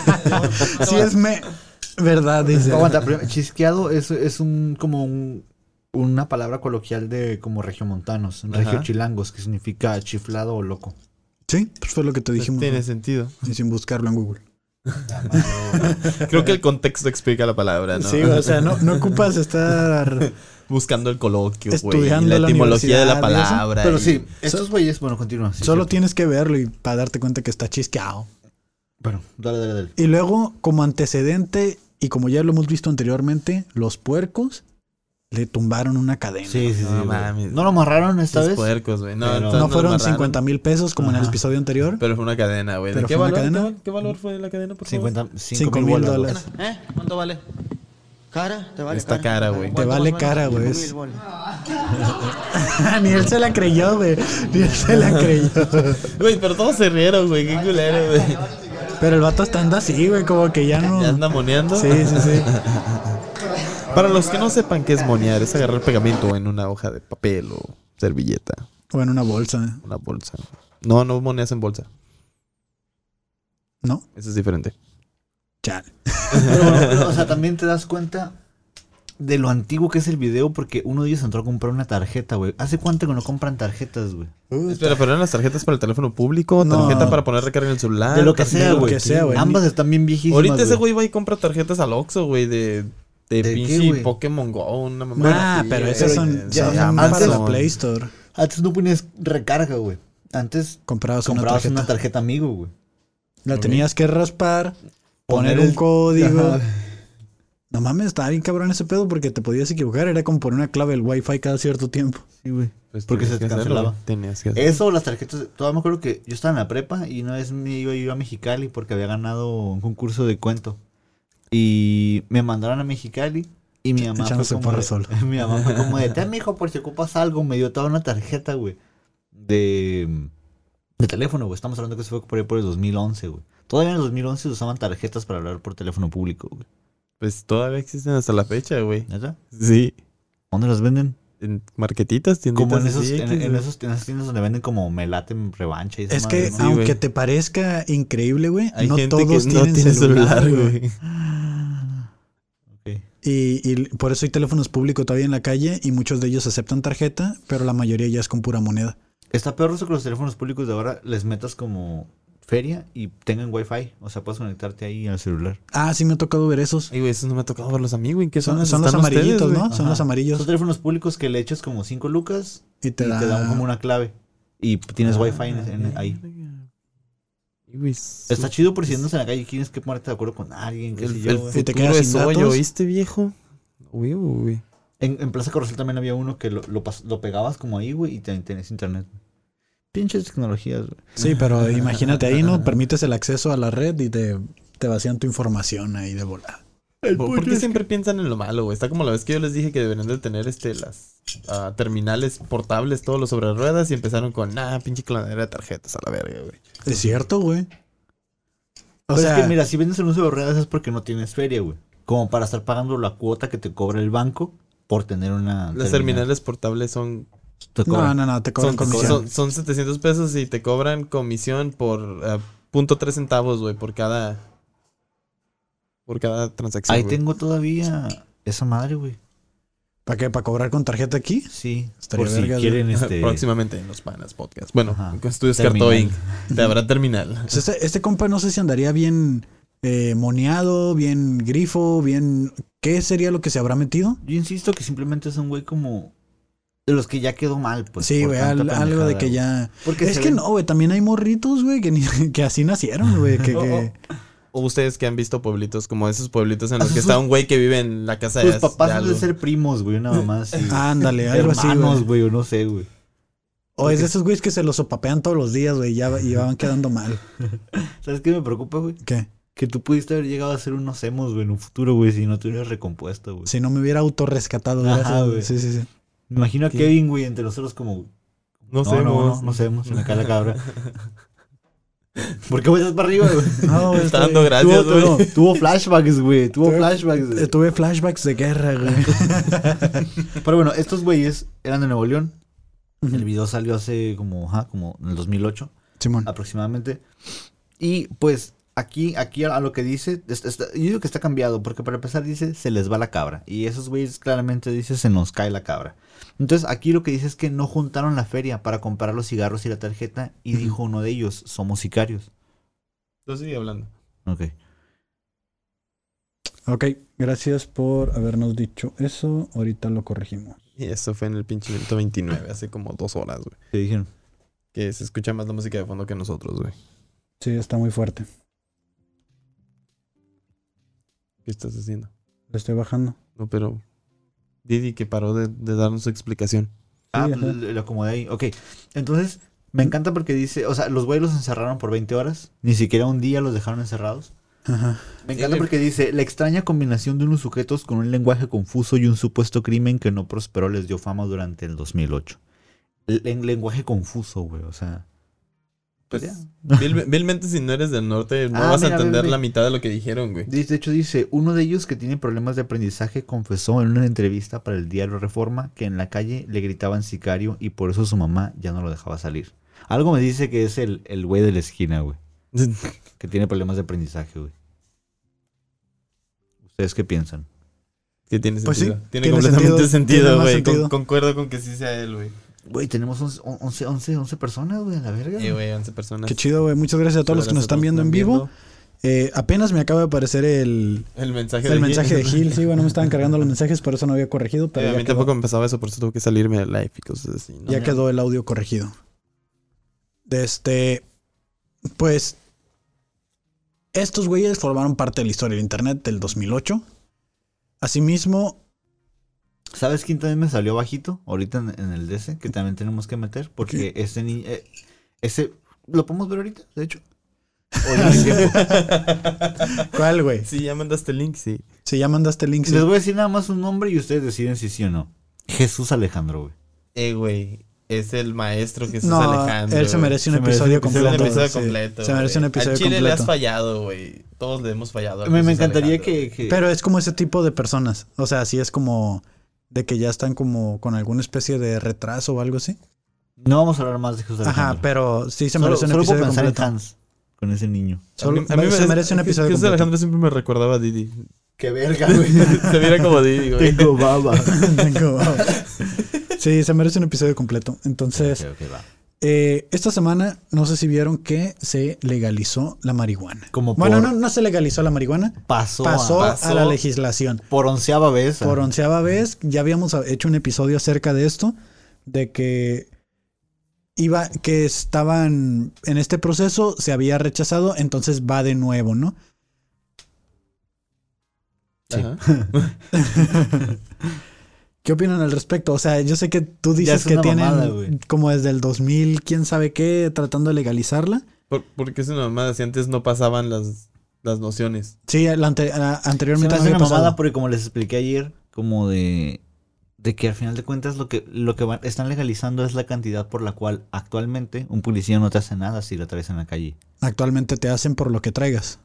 S1: Sí, es me. Verdad, dice.
S2: Aguanta, primero, chisqueado es, es un como un- una palabra coloquial de como regiomontanos, regiochilangos, que significa chiflado o loco.
S1: Sí, pues fue lo que te dijimos.
S3: Tiene sentido.
S1: Y sin buscarlo en Google.
S3: Creo que el contexto explica la palabra, Ah, ¿no?
S1: Sí, o sea, no, no ocupas estar.
S3: Buscando el coloquio, güey. y
S1: Estudiando
S3: La
S1: la
S3: etimología de la
S1: universidad y eso.
S3: palabra.
S2: Pero
S3: y-
S2: sí, estos güeyes, bueno, continúa. sí,
S1: Solo
S2: sí.
S1: tienes que verlo y para darte cuenta que está chisqueado.
S2: Bueno, dale, dale, dale.
S1: Y luego, como antecedente, y como ya lo hemos visto anteriormente, los puercos le tumbaron una cadena.
S2: Sí, sí, sí.
S3: No
S2: güey.
S3: mames.
S2: No lo amarraron esta
S3: Los
S2: vez.
S3: puercos, güey. No,
S2: Pero-
S3: entonces
S1: No
S3: nos
S1: fueron
S3: amarraron,
S1: 50 mil pesos como en el episodio anterior.
S3: Pero fue una cadena, güey. ¿De
S1: Pero
S3: qué
S1: fue una
S3: valor,
S1: cadena.
S3: qué val- ¿Qué valor fue la cadena, Pues, por favor?
S2: 50
S1: Cinco mil dólares.
S5: ¿Eh?
S4: ¿Cuánto vale?
S5: ¿Cara? ¿Te vale
S3: Está cara, güey.
S1: Te vale cara, güey.
S5: Mil bolas.
S1: Ni él se la creyó, güey. Ni él se la creyó.
S3: Güey, pero todos se rieron, güey. Qué culero, güey.
S1: Pero el vato hasta anda así, güey, como que ya no.
S3: ¿Ya anda moneando?
S1: Sí, sí, sí.
S3: Para los que no sepan qué es monear, es agarrar pegamento en una hoja de papel o servilleta,
S1: O en una bolsa,
S3: una bolsa. No, no moneas en bolsa.
S1: ¿no?
S3: Eso es diferente.
S1: Chale.
S2: Pero bueno, pero, o sea, también te das cuenta de lo antiguo que es el video porque uno de ellos entró a comprar una tarjeta, güey. ¿Hace cuánto que no compran tarjetas, güey?
S3: Espera, pero eran las tarjetas para el teléfono público, tarjeta
S1: No.
S3: para poner recarga en el celular.
S2: De lo que
S3: tarjeta-
S2: sea,
S1: de lo
S2: güey.
S1: que sea, güey.
S2: Ambas están bien viejísimas.
S3: Ahorita ese
S2: güey.
S3: güey va y compra tarjetas al Oxxo, güey, de, de,
S2: ¿De
S3: pinche
S2: qué, güey?
S3: Pokémon Go, una mamá.
S1: Ah,
S3: así,
S1: pero
S3: güey.
S1: esas son,
S3: eh, Ya,
S1: son
S3: ya,
S1: para
S2: antes-
S1: la Play Store.
S2: Antes no ponías recarga, güey. Antes
S1: Comprabas una
S2: comprabas
S1: tarjeta.
S2: una tarjeta amigo, güey.
S1: La tenías que raspar, poner,
S2: Poner
S1: un
S2: el-
S1: código.
S2: Ajá.
S1: No mames, estaba bien cabrón ese pedo porque te podías equivocar. Era como poner una clave del Wi-Fi cada cierto tiempo.
S2: Sí, güey.
S3: Pues
S2: Porque
S3: tenías
S2: se
S3: que hacerlo,
S2: cancelaba.
S3: güey. Tenías que hacerlo.
S2: Eso, las tarjetas. Todavía me acuerdo que yo estaba en la prepa y una vez me iba yo a Mexicali porque había ganado un concurso de cuento. Y me mandaron a Mexicali y mi mamá.
S1: echándose
S2: fue como
S1: porra
S2: de-
S1: solo.
S2: Mi mamá fue como de: Ten, mijo, por si ocupas algo. Me dio toda una tarjeta, güey. De, de teléfono, güey. Estamos hablando que se fue por ahí por el 2011, güey. Todavía en el 2011 se usaban tarjetas para hablar por teléfono público, güey.
S3: Pues todavía existen hasta la fecha, güey.
S2: ¿Neta?
S3: Sí.
S2: ¿Dónde las venden?
S3: En marquetitas, tienditas
S2: Como en, esos,
S3: así,
S2: en,
S3: X,
S2: en
S3: güey.
S2: esos, en esas tiendas donde venden como melate revancha y esa
S1: Es
S2: madre,
S1: que,
S2: ¿no?
S3: sí,
S1: aunque
S3: güey.
S1: te parezca increíble, güey,
S3: Hay
S1: no
S3: gente que
S1: todos
S3: no
S1: tienen
S3: tiene
S1: celular,
S3: celular,
S1: güey.
S3: güey.
S2: Ok.
S1: Y, y por eso hay teléfonos públicos todavía en la calle y muchos de ellos aceptan tarjeta, pero la mayoría ya es con pura moneda.
S2: Está peor eso que los teléfonos públicos de ahora les metas como feria y tengan wifi. O sea, puedes conectarte ahí al celular.
S1: Ah, sí me ha tocado ver esos.
S3: Ay, güey, eso no me ha tocado verlos a mí, güey. ¿En qué
S1: Son,
S3: zonas
S1: son los
S3: están ustedes,
S1: amarillitos,
S3: güey?
S1: ¿no? Son
S2: Ajá.
S1: los
S2: Son
S1: amarillos.
S2: teléfonos públicos que le echas como 5 lucas
S1: Y
S2: y
S1: te, da...
S2: te dan como una clave. Y p-
S3: Ah,
S2: tienes wifi en, en- ahí.
S3: Ay, güey,
S2: Está chido por si andas en la calle y tienes que ponerte de acuerdo con alguien, qué sé
S3: El,
S2: yo,
S3: el
S2: güey.
S1: Y te
S3: futuro
S1: quedas
S3: es
S1: sin
S3: hoy,
S1: datos.
S3: ¿oíste, viejo? Güey, güey.
S2: En, en Plaza Corozal también había uno que lo, lo, pas- lo pegabas como ahí, güey, y te- tenías internet. Pinches tecnologías, güey.
S1: Sí, pero imagínate ahí, ¿no? Permites el acceso a la red y te, te vacían tu información ahí de volada.
S3: ¿Por, por qué siempre piensan en lo malo, güey? Está como la vez que yo les dije que deberían de tener este, las ah, terminales portables, todos los sobre ruedas, y empezaron con, nah, pinche clonadera de tarjetas a la verga, güey.
S1: Es cierto, güey. O
S2: Pero
S1: sea,
S2: Pues es que mira, si vendes en un sobre ruedas es porque no tienes feria, güey. Como para estar pagando la cuota que te cobra el banco por tener una.
S3: Las
S2: terminal.
S3: terminales portables son,
S2: Te
S1: no,
S2: cobran.
S1: no, no, te cobran
S3: son,
S1: comisión.
S3: son, son 700 pesos y te cobran comisión por ah, punto tres centavos, güey, por cada, por cada transacción.
S2: Ahí
S3: güey.
S2: tengo todavía esa madre, güey.
S1: ¿Para qué? ¿Para cobrar con tarjeta aquí?
S2: Sí.
S1: Estaría
S2: por si
S1: vergas,
S2: quieren este.
S3: Próximamente en los Panas Podcast. Bueno,
S2: Ajá.
S3: con Estudios
S2: Terminal.
S3: Carto Inc. Te habrá terminal.
S1: O sea, este, este compa no sé si andaría bien eh, moneado, bien grifo, bien... ¿Qué sería lo que se habrá metido?
S2: Yo insisto que simplemente es un güey como. De los que ya quedó mal, pues.
S1: sí,
S2: por
S1: güey,
S2: tanta
S1: al- algo de
S2: pendejada,
S1: que
S2: güey.
S1: ya...
S2: Porque
S1: es
S2: se
S1: que
S2: ven-
S1: no, güey, también hay morritos, güey, que, ni- que así nacieron, güey. Que,
S3: O-
S1: que-
S3: O ustedes que han visto pueblitos como esos pueblitos en
S2: Ah,
S3: los que
S2: sus-
S3: está un güey que vive en la casa de,
S2: Tus
S3: as-
S2: papás
S3: de
S2: han de
S3: algo.
S2: ser primos, güey, nada más.
S1: Ándale, algo así,
S2: Hermanos,
S1: güey.
S2: güey, o no sé, güey.
S1: O es de esos güeyes que se los sopapean todos los días, güey, ya, y van quedando mal.
S2: ¿Sabes qué me preocupa, güey?
S1: ¿Qué?
S2: Que tú pudiste haber llegado a ser unos emos, güey, en un futuro, güey, si no te hubieras recompuesto, güey.
S1: Si no me hubiera autorrescatado,
S2: Ajá,
S1: gracias, güey.
S2: güey.
S1: Sí, sí, sí.
S2: Me imagino a Kevin, güey, entre nosotros como...
S3: No,
S2: No,
S3: sé,
S2: no, no, no, sabemos, se me cae la cabra. ¿Por qué vueltas para arriba, güey?
S1: No, güey,
S3: Está
S1: estoy-
S3: dando gracias,
S2: tuvo, tuvo-
S3: güey.
S2: tuvo flashbacks, güey, tuvo
S1: Tuve-
S2: flashbacks.
S1: eh,
S2: güey.
S1: Tuve flashbacks de guerra, güey.
S2: Pero bueno, estos güeyes eran de Nuevo León. El video salió hace como, ajá, como en el 2008
S1: Simón.
S2: aproximadamente. Y pues aquí, aquí a lo que dice, es- es- yo digo que está cambiado, porque para empezar dice, se les va la cabra. Y esos güeyes claramente dice, se nos cae la cabra. Entonces aquí lo que dice es que no juntaron la feria para comprar los cigarros y la tarjeta. Y
S1: Ujú.
S2: dijo uno de ellos, somos sicarios.
S3: Tú sigue hablando.
S2: Ok.
S1: Ok, gracias por habernos dicho eso. Ahorita lo corregimos.
S3: Y eso fue en el pinche minuto 29, hace como dos horas, güey.
S2: ¿Qué dijeron?
S3: Que se escucha más la música de fondo que nosotros, güey.
S1: Sí, está muy fuerte.
S3: ¿Qué estás haciendo?
S1: Lo estoy bajando.
S3: No, pero... Didi que paró de, de darnos su explicación.
S2: Ah,
S1: Sí,
S2: pues,
S1: ajá.
S2: lo lo acomodé ahí. Ok. Entonces, me encanta porque dice, o sea, los güeyes los encerraron por 20 horas. Ni siquiera un día los dejaron encerrados.
S1: Ajá.
S2: Me
S3: Sí,
S2: encanta
S3: güey.
S2: porque dice, la extraña combinación de unos sujetos con un lenguaje confuso y un supuesto crimen que no prosperó les dio fama durante el 2008. El, el lenguaje confuso, güey, o sea...
S3: Pues,
S2: Ya.
S3: vil- vilmente si no eres del norte, no
S2: Ah,
S3: vas
S2: mira,
S3: a entender
S2: ve, ve.
S3: la mitad de lo que dijeron, güey.
S2: De de hecho dice, uno de ellos que tiene problemas de aprendizaje confesó en una entrevista para el diario Reforma que en la calle le gritaban sicario y por eso su mamá ya no lo dejaba salir. Algo me dice que es el el güey de la esquina, güey. Que tiene problemas de aprendizaje, güey. ¿Ustedes qué piensan?
S3: Que tiene
S1: Pues sí,
S3: sentido. tiene,
S1: tiene
S3: completamente
S1: sentido, tiene
S3: sentido,
S1: más
S3: güey. Con-
S1: sentido.
S3: concuerdo con que sí sea él, güey.
S2: Güey, tenemos 11, 11, 11, 11 personas, güey, a la verga.
S3: Eh, güey, 11 personas.
S1: Qué chido, güey. Muchas gracias a todos los que nos están viendo en vivo. Eh, apenas me acaba de aparecer el,
S3: El mensaje
S1: el
S3: de
S1: mensaje de
S3: Gil.
S1: Gil. Sí, bueno, me estaban cargando los mensajes, por eso no había corregido,
S3: Eh,
S1: pero
S3: a
S1: ya
S3: mí
S1: quedó,
S3: tampoco me pasaba eso, por eso tuve que salirme de live y cosas así. ¿no?
S1: ya quedó el audio corregido. Este, pues, estos güeyes formaron parte de la historia del Internet del 2008. Asimismo,
S2: ¿Sabes quién también me salió bajito? Ahorita en, en el DC, que también tenemos que meter, porque ese niño... ese... ¿Lo podemos ver ahorita? De hecho. O ya no hay tiempo.
S1: ¿cuál, güey?
S3: Sí, ya mandaste el link, sí.
S1: Si ya mandaste el link, sí.
S2: Les voy a decir nada más un nombre y ustedes deciden si sí o no. Jesús Alejandro, güey.
S3: Eh, güey. Es el maestro que
S1: No, él se merece un
S2: Se merece
S1: episodio
S2: un
S1: completo.
S3: episodio
S1: sí.
S3: completo.
S1: Se merece un
S3: güey.
S1: episodio
S3: Al Chile le
S1: completo.
S3: has fallado, güey. Todos le hemos fallado. a
S2: Me, me
S3: Jesús
S2: encantaría
S3: Alejandro,
S2: que... que-
S1: Pero es como ese tipo de personas. O sea, sí es como de que ya están como con alguna especie de retraso o algo así.
S2: No vamos a hablar más de Jesús Alejandro.
S1: Ajá, pero sí se
S2: solo,
S1: merece un
S2: solo por
S1: episodio
S2: pensar
S1: completo.
S2: en Hans con ese niño.
S1: Solo-
S3: A mí- a mí
S1: se merece un
S3: es-
S1: episodio
S3: Jesús
S1: completo.
S3: Alejandro siempre me recordaba a Didi.
S2: ¡Qué verga, güey!
S3: se mira como Didi, güey.
S2: Tengo baba.
S1: Tengo- sí, se merece un episodio completo. Entonces,
S2: Ok, ok, va.
S1: eh, esta semana no sé si vieron que se legalizó la marihuana.
S2: Como
S1: bueno,
S2: por-
S1: no, no se legalizó la marihuana.
S2: Pasó, a-
S1: Pasó,
S3: pasó.
S1: a la legislación.
S2: por onceava vez.
S1: Por onceava vez, ya habíamos hecho un episodio acerca de esto, de que iba, que estaban en este proceso, se había rechazado, entonces va de nuevo, ¿no?
S3: Ajá.
S1: ¿Qué opinan al respecto? O sea, yo sé que tú dices
S2: es
S1: que
S2: una
S1: tienen
S2: mamada, güey.
S1: como desde el 2000, quién sabe qué, tratando de legalizarla.
S3: Por- porque es una mamada. Si antes no pasaban las, las nociones.
S1: Sí, la ante- la-
S2: Se me
S1: anteriormente
S2: hace
S1: había
S2: una
S1: pasado.
S2: mamada porque como les expliqué ayer, como de... De que al final de cuentas lo que, lo que van- están legalizando es la cantidad por la cual actualmente un policía no te hace nada si la traes en la calle.
S1: Actualmente te hacen por lo que traigas.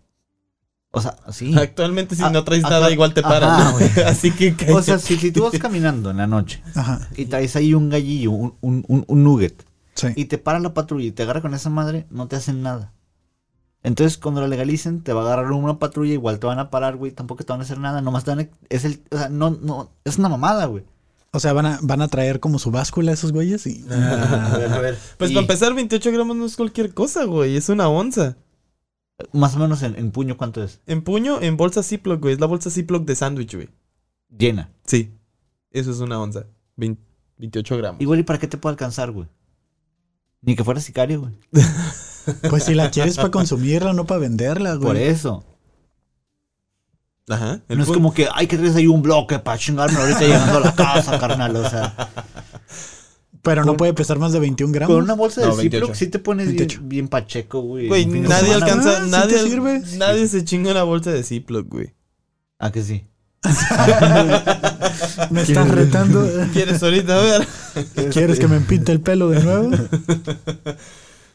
S2: O sea, sí.
S3: Actualmente, si
S2: A-
S3: no traes
S2: actual-
S3: nada, igual te
S2: Ajá,
S3: paran.
S2: güey.
S3: Así que.
S2: O sea, si, si tú vas caminando en la noche
S1: Ajá,
S2: y traes ahí un gallillo, un, un, un- un nugget,
S1: sí.
S2: y te para la patrulla y te agarra con esa madre, no te hacen nada. Entonces, cuando lo legalicen, te va a agarrar una patrulla, igual te van a parar, güey, tampoco te van a hacer nada, nomás te van a... Es el... O sea, no, no, es una mamada, güey.
S1: O sea, van a, van a traer como su báscula a esos güeyes y...
S2: A ver, a ver.
S3: Pues para empezar, 28 gramos no es cualquier cosa, güey. Es una onza.
S2: Más o menos en, en puño, ¿cuánto es?
S3: En puño, en bolsa Ziploc, güey. Es la bolsa Ziploc de sándwich, güey.
S2: Llena.
S3: Sí. Eso es una onza. Vein- 28 gramos.
S2: Igual, ¿y para qué te puede alcanzar, güey? Ni que fuera sicario, güey.
S1: Pues si la quieres para consumirla, no para venderla, güey.
S2: Por eso.
S3: Ajá. El
S2: no es
S3: pun-
S2: como que hay que traes ahí un bloque para chingarme ahorita llegando a la casa, carnal. O sea,
S1: Pero no puede pesar más de 21 gramos.
S2: Con una bolsa de
S3: No,
S2: Ziploc
S3: 28.
S2: sí te pones bien,
S1: 28.
S2: bien pacheco, güey.
S3: Güey,
S2: en fin de
S3: nadie
S2: semana.
S3: alcanza.
S1: Ah, sí
S3: nadie
S1: te sirve.
S3: nadie se chinga una bolsa de Ziploc, güey.
S2: Ah, que sí.
S1: Me estás retando.
S2: Este-
S3: ¿Quieres ahorita A ver?
S1: ¿Quieres que me pinte el pelo de nuevo?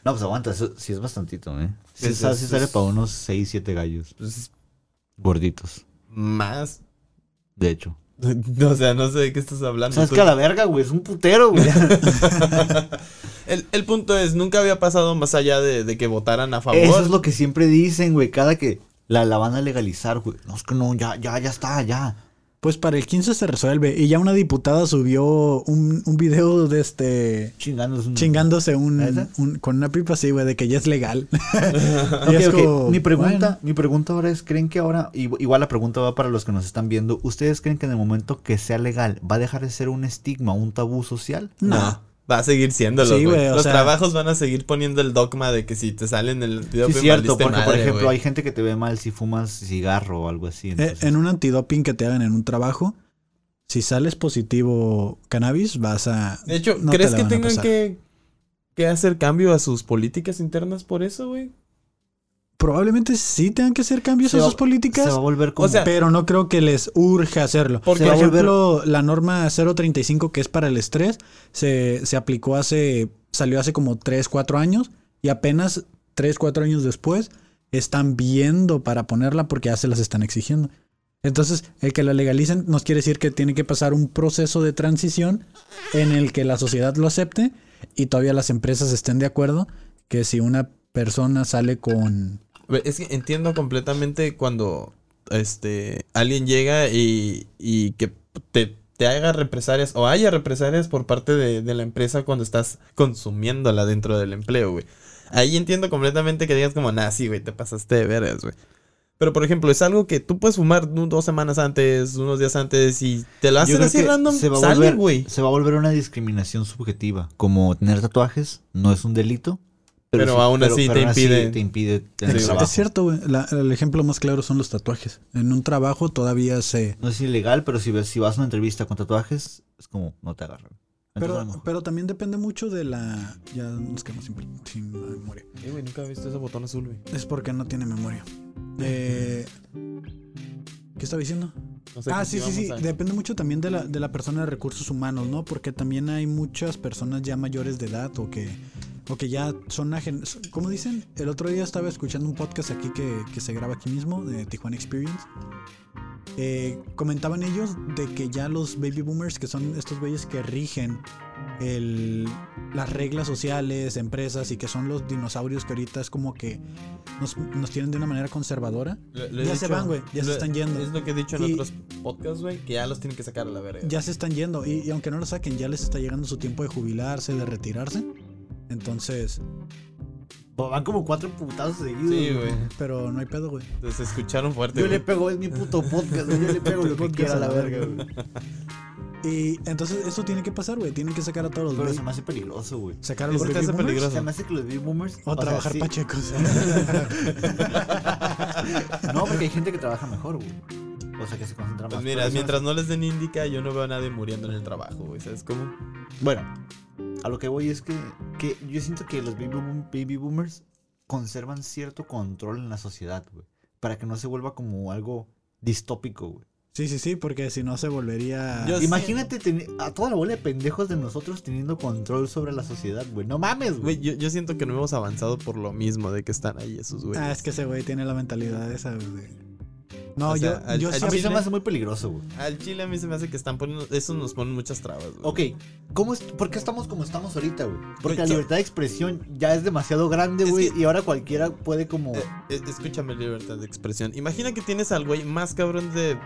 S2: No, pues aguanta, eso sí es bastantito, ¿eh? Sí,
S3: Es-
S2: sa- sí
S3: es-
S2: sale
S3: es-
S2: para unos 6, 7 gallos
S3: Pues,
S2: gorditos,
S3: más.
S2: de hecho.
S3: No, o sea, no sé de qué estás hablando.
S2: ¿Sabes
S3: tú.
S2: qué? A la verga, güey, es un putero, güey.
S3: El, el punto es, nunca había pasado más allá de, de que votaran a favor.
S2: Eso es lo que siempre dicen, güey, cada que la, la van a legalizar, güey. No, es que no, ya, ya, ya está, ya.
S1: Pues para el 15 se resuelve. Y ya una diputada subió un, un video de este.
S2: Chingando. es un-
S1: Chingándose
S2: ¿Esa?
S1: un, un- con una pipa así, güey, de que ya es legal. Y
S2: Ok,
S1: es
S2: ok,
S1: como,
S2: Mi pregunta,
S1: bueno,
S2: mi pregunta ahora es, ¿creen que ahora, i- igual la pregunta va para los que nos están viendo, ¿ustedes creen que en el momento que sea legal va a dejar de ser un estigma, un tabú social?
S3: No. Va a seguir siéndolo,
S1: Sí,
S3: güey.
S1: güey, o
S3: Los
S1: sea-
S3: trabajos van a seguir poniendo el dogma de que si te salen el video
S2: Sí,
S3: pues,
S2: cierto,
S3: valiste
S2: porque por
S3: madre,
S2: ejemplo
S3: güey.
S2: hay gente que te ve mal si fumas cigarro o algo así.
S1: eh,
S2: entonces-
S1: en un antidoping que te hagan en un trabajo, si sales positivo cannabis, vas a.
S3: De hecho,
S1: no te
S3: ¿crees
S1: la
S3: que
S1: van a
S3: tengan
S1: pasar.
S3: que, que hacer cambio a sus políticas internas por eso, güey?
S1: Probablemente sí tengan que hacer cambios
S2: Se
S1: a
S2: va-
S1: sus políticas.
S2: Se va a volver como...
S3: O sea,
S1: pero no creo que les urge hacerlo. Por
S2: Porque- Se va a
S1: ejemplo, la norma 035 que es para el estrés se, se aplicó hace, salió hace como 3, 4 años Y apenas 3, 4 años después están viendo para ponerla porque ya se las están exigiendo. Entonces, el que la legalicen nos quiere decir que tiene que pasar un proceso de transición en el que la sociedad lo acepte y todavía las empresas estén de acuerdo que si una persona sale con...
S3: A ver, Es que entiendo completamente cuando este alguien llega y, y que te, te haga represalias o haya represalias por parte de, de la empresa cuando estás consumiéndola dentro del empleo, güey. Ahí entiendo completamente que digas como, nah, sí, güey, te pasaste de veras, güey. Pero, por ejemplo, es algo que tú puedes fumar un- dos semanas antes, unos días antes, y te lo
S2: Yo
S3: hacen
S2: creo
S3: así
S2: que
S3: random,
S2: se va a
S3: sale,
S2: volver-
S3: güey.
S2: Se va a volver una discriminación subjetiva. Como tener tatuajes no es un delito.
S3: Pero
S2: sí-
S3: aún así te impide-
S2: te impide tener
S1: Es,
S2: trabajo.
S1: es cierto, güey. La- el ejemplo más claro son los tatuajes. En un trabajo todavía se...
S2: No es ilegal, pero si, ves- si vas a una entrevista con tatuajes, es como no te agarran. Entonces, a lo
S1: Pero,
S2: mejor-
S1: pero también depende mucho de la... Ya nos quedamos sin, sin memoria.
S3: Eh, güey, nunca he visto ese botón azul, güey.
S1: Es porque no tiene memoria. Eh, ¿Qué estaba diciendo?
S3: No sé
S1: ah,
S3: qué
S1: sí, sí,
S3: íbamos
S1: sí.
S3: a-
S1: Depende mucho también de la, de la persona de recursos humanos, ¿no? Porque también hay muchas personas ya mayores de edad o que, o que ya son... ajen- son- ¿Cómo dicen? El otro día estaba escuchando un podcast aquí que, que se graba aquí mismo, de Tijuana Experience. Eh, comentaban ellos de que ya los baby boomers, que son estos güeyes que rigen el- las reglas sociales, empresas y que son los dinosaurios que ahorita es como que nos, nos tienen de una manera conservadora.
S3: Lo- lo he
S1: Ya se
S3: dicho-
S1: van, güey, ya se
S3: lo-
S1: están yendo.
S3: Es lo que he dicho en
S1: Y-
S3: otros podcasts, güey, que ya los tienen que sacar a la verga.
S1: ya se están yendo y, y aunque no lo saquen, ya les está llegando su tiempo de jubilarse, de retirarse. Entonces,
S2: Van como cuatro putazos seguidos.
S3: Sí, güey.
S1: pero no hay pedo, güey.
S3: Se escucharon fuerte,
S2: Yo le
S3: güey. Pues
S2: pego, es mi puto podcast. güey, Yo le pego
S1: Tu
S2: lo que
S1: podcast
S2: quiera a la
S1: a la
S2: verga, güey.
S1: Y entonces eso tiene que pasar, güey. Tienen que sacar a todos los
S2: Pero se
S1: güey.
S2: me hace peligroso, güey.
S1: Sacar a
S3: ¿Por
S1: los
S3: qué
S1: baby
S3: hace
S1: boomers
S3: peligroso?
S2: Se me hace que los baby boomers.
S1: O,
S2: sea,
S1: trabajar
S2: sí.
S1: pachecos.
S2: No, porque hay gente que trabaja mejor, güey. O sea, que se concentra más.
S3: Pues mira,
S2: Pero eso-
S3: mientras no les den indica, yo no veo a nadie muriendo en el trabajo, güey. ¿Sabes cómo?
S2: Bueno, a lo que voy es que, que yo siento que los baby, boom- baby boomers conservan cierto control en la sociedad, güey. Para que no se vuelva como algo distópico, güey.
S1: sí, sí, sí, porque si no se volvería.
S3: Yo-
S2: Imagínate teni- a toda la bola de pendejos de nosotros teniendo control sobre la sociedad, güey. No mames,
S3: Güey,
S2: güey.
S3: yo, yo siento que no hemos avanzado por lo mismo de que están ahí esos güeyes.
S1: Ah, es que ese güey tiene la mentalidad esa, güey. No,
S3: O
S1: yo,
S3: sea, al-
S1: yo
S3: al
S1: sí
S2: A mí se
S3: chile-
S2: me hace muy peligroso, güey.
S3: Al chile a mí se me hace que están poniendo... Eso nos ponen muchas trabas, güey.
S2: Ok, ¿cómo es, ¿por qué estamos como estamos ahorita, güey?
S3: Güey,
S2: Porque la
S3: so-
S2: libertad de expresión ya es demasiado grande,
S3: Es
S2: güey.
S3: que-
S2: Y ahora cualquiera puede como...
S3: Eh, eh, escúchame, libertad de expresión. Imagina que tienes al güey más cabrón de...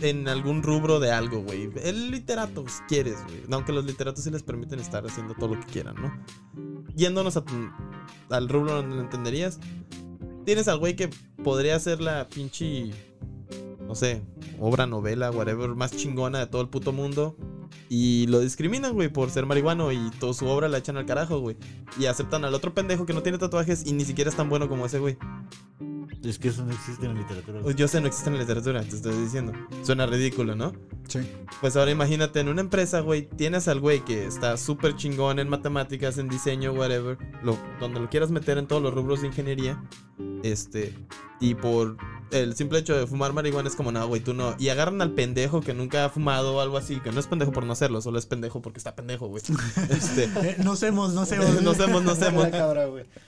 S3: En algún rubro de algo, güey. El literato, si quieres, güey. Aunque los literatos sí les permiten estar haciendo todo lo que quieran, ¿no? Yéndonos a tu- al rubro donde lo entenderías. Tienes al güey que podría hacer la pinche... No sé, obra, novela, whatever, más chingona de todo el puto mundo. Y lo discriminan, güey, por ser marihuano y toda su obra la echan al carajo, güey. Y aceptan al otro pendejo que no tiene tatuajes y ni siquiera es tan bueno como ese, güey.
S2: Es que eso no existe en la literatura. güey.
S3: Pues Yo sé, no existe en la literatura, te estoy diciendo. Suena ridículo, ¿no?
S1: Sí.
S3: Pues ahora imagínate, en una empresa, güey, tienes al güey que está súper chingón en matemáticas, en diseño, whatever, lo- donde lo quieras meter en todos los rubros de ingeniería, este, y por el simple hecho de fumar marihuana es como, no, güey, tú no. Y agarran al pendejo que nunca ha fumado o algo así, que no es pendejo por no hacerlo, solo es pendejo porque está pendejo, güey. Este,
S1: Eh, no hacemos, no hacemos.
S3: no hacemos, no hacemos.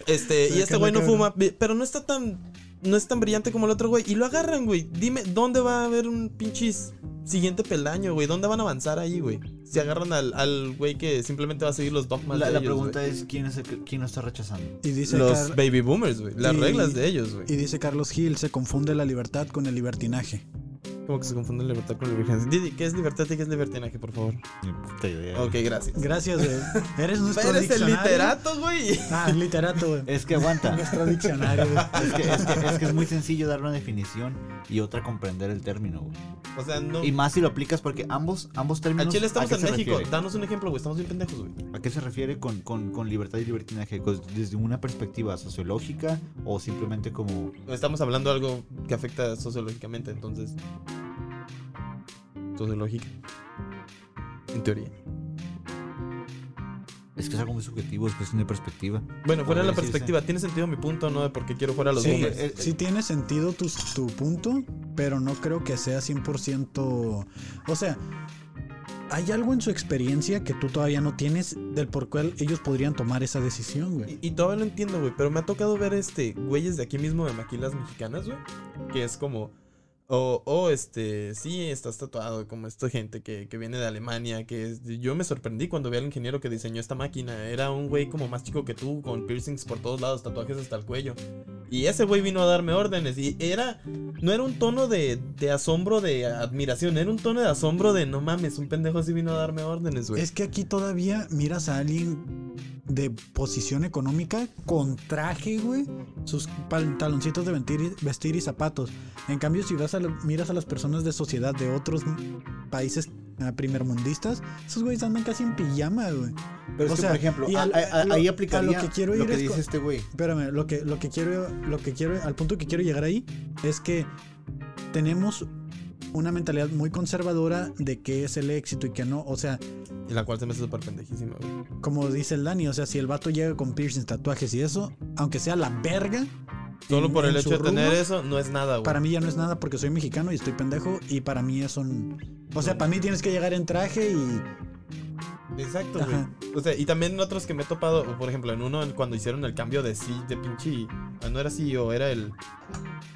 S3: Este, y
S1: Sí,
S3: este
S1: que
S3: güey no
S1: no
S3: fuma, pe- pero no está tan. No es tan brillante como el otro güey. Y lo agarran, güey. Dime, ¿dónde va a haber un pinches siguiente peldaño, güey? ¿Dónde van a avanzar ahí, güey? Si agarran al, al güey que simplemente va a seguir los dogmas
S2: La,
S3: de
S2: la
S3: ellos,
S2: pregunta
S3: güey.
S2: es, ¿quién, es el que- ¿quién lo está rechazando?
S1: Y dice,
S3: Los
S1: Car-
S3: baby boomers, güey. Las
S1: Y-
S3: reglas de ellos, güey.
S1: y dice Carlos Gil: se confunde la libertad con el libertinaje.
S3: Como que se confunden libertad con libertinaje. Didi, ¿qué es libertad y qué es libertinaje, por favor?
S2: Ni puta idea.
S3: Ok, gracias.
S1: Gracias, güey. Eres nuestro
S3: Eres el
S1: diccionario.
S3: literato, güey.
S1: Ah, literato, güey.
S2: Es que aguanta.
S1: Nuestro diccionario, güey.
S2: es, que, es, que, es que es muy sencillo dar una definición y otra comprender el término, güey.
S3: O sea, no.
S2: Y más si lo aplicas porque ambos, ambos términos.
S3: Al Chile estamos
S2: ¿a qué
S3: en
S2: se
S3: México.
S2: refiere?
S3: Danos un ejemplo, güey. Estamos bien pendejos, güey.
S2: ¿A qué se refiere con, con- con libertad y libertinaje? Pues, ¿Desde una perspectiva sociológica o simplemente como.
S3: Estamos hablando de algo que afecta sociológicamente, entonces. Sociológica. En teoría.
S2: Es que es algo muy subjetivo, es cuestión de perspectiva.
S3: Bueno, fuera de la
S2: Podría
S3: perspectiva, ¿tiene sentido mi punto no de por qué quiero fuera los
S1: Sí,
S3: boomers?
S2: eh,
S1: sí tiene sentido tu, tu punto, pero no creo que sea 100%... O sea, hay algo en su experiencia que tú todavía no tienes del por cual ellos podrían tomar esa decisión, güey.
S3: Y, y todavía lo entiendo, güey, pero me ha tocado ver este güeyes de aquí mismo de maquilas mexicanas, güey, que es como o o, este, sí, estás tatuado, como esta gente que, que viene de Alemania, que es- yo me sorprendí cuando vi al ingeniero que diseñó esta máquina. Era un güey como más chico que tú, con piercings por todos lados, tatuajes hasta el cuello. Y ese güey vino a darme órdenes y era, no era un tono de, de asombro, de admiración, era un tono de asombro de, no mames, un pendejo así vino a darme órdenes, güey.
S1: Es que aquí todavía miras a alguien de posición económica con traje, güey, sus pantaloncitos de ventir y- vestir y zapatos. En cambio, si vas a la- miras a las personas de sociedad de otros países ah, primermundistas, esos güeyes andan casi en pijama, güey.
S2: Pero es
S1: O
S2: que,
S1: sea,
S2: por ejemplo,
S1: y
S2: a-
S1: al-
S2: a- a-
S1: lo- a
S2: ahí
S1: lo
S2: aplicaría lo
S1: que
S2: que,
S1: quiero ir es
S2: dice
S1: con-
S2: este güey.
S1: Espérame, lo que, lo que quiero, lo que quiero, al punto que quiero llegar ahí es que tenemos una mentalidad muy conservadora de qué es el éxito y qué no. O sea,
S3: Y la cual se me hace súper pendejísima, güey.
S1: como dice el Dani, o sea, si el vato llega con piercings, tatuajes y eso, aunque sea la verga.
S3: Solo
S1: en-
S3: por el
S1: en su
S3: hecho de tener
S1: rubro,
S3: eso, no es nada, güey.
S1: Para mí ya no es nada porque soy mexicano y estoy pendejo y para mí es un... O sea, para mí tienes que llegar en traje y...
S3: Exacto,
S1: Ajá.
S3: güey. O sea, y también otros que me he topado, o por ejemplo, en uno en cuando hicieron el cambio de sí, de pinche. ah, No era CEO, era el,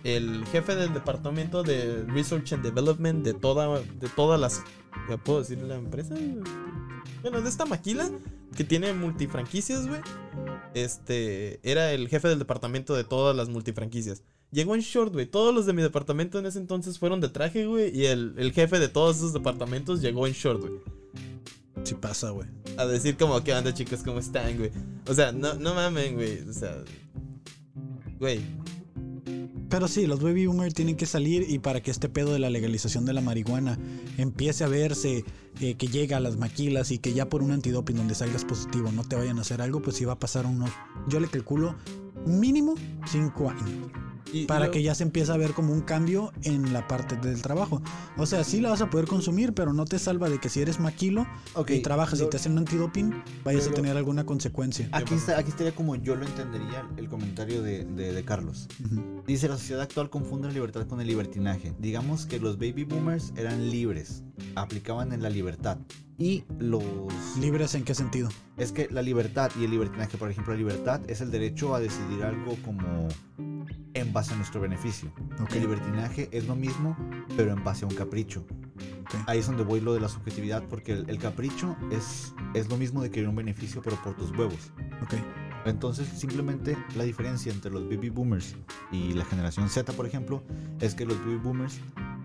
S3: el jefe del departamento de Research and Development de, toda, de todas las. ¿ya ¿Puedo decir la empresa? Bueno, de esta maquila que tiene multifranquicias, güey. Este era el jefe del departamento de todas las multifranquicias. Llegó en short, güey. Todos los de mi departamento en ese entonces fueron de traje, güey. Y el, el jefe de todos esos departamentos llegó en short, güey
S1: Sí pasa, güey.
S3: a decir como, ¿qué onda chicos? ¿Cómo están, güey? O sea, no, no mamen, güey. O sea, güey.
S1: Pero sí, los baby boomers tienen que salir y para que este pedo de la legalización de la marihuana empiece a verse, eh, que llega a las maquilas y que ya por un antidoping donde salgas positivo no te vayan a hacer algo, pues sí va a pasar unos, yo le calculo, mínimo 5 años.
S3: Y- y
S1: Para
S3: lo-
S1: que ya se empiece a ver como un cambio en la parte del trabajo. O sea, sí la vas a poder consumir, pero no te salva de que si eres maquilo
S2: Ok,
S1: y trabajas y
S2: lo-
S1: te hacen un antidoping, vayas a
S2: pero- Ah.
S1: tener alguna consecuencia.
S2: Aquí, está, aquí estaría como yo lo entendería el comentario de, de- de Carlos.
S1: Ujú.
S2: Dice, la sociedad actual confunde la libertad con el libertinaje. Digamos que los baby boomers eran libres, aplicaban en la libertad. Y los...
S1: ¿Libres en qué sentido?
S2: Es que la libertad y el libertinaje, por ejemplo, la libertad es el derecho a decidir algo como en base a nuestro beneficio.
S1: Ok.
S2: El libertinaje es lo mismo, pero en base a un capricho.
S1: Ok.
S2: Ahí es donde voy lo de la subjetividad, porque el, el capricho es, es lo mismo de querer un beneficio, pero por tus huevos.
S1: Ok.
S2: Entonces, simplemente la diferencia entre los baby boomers y la generación Z, por ejemplo, es que los baby boomers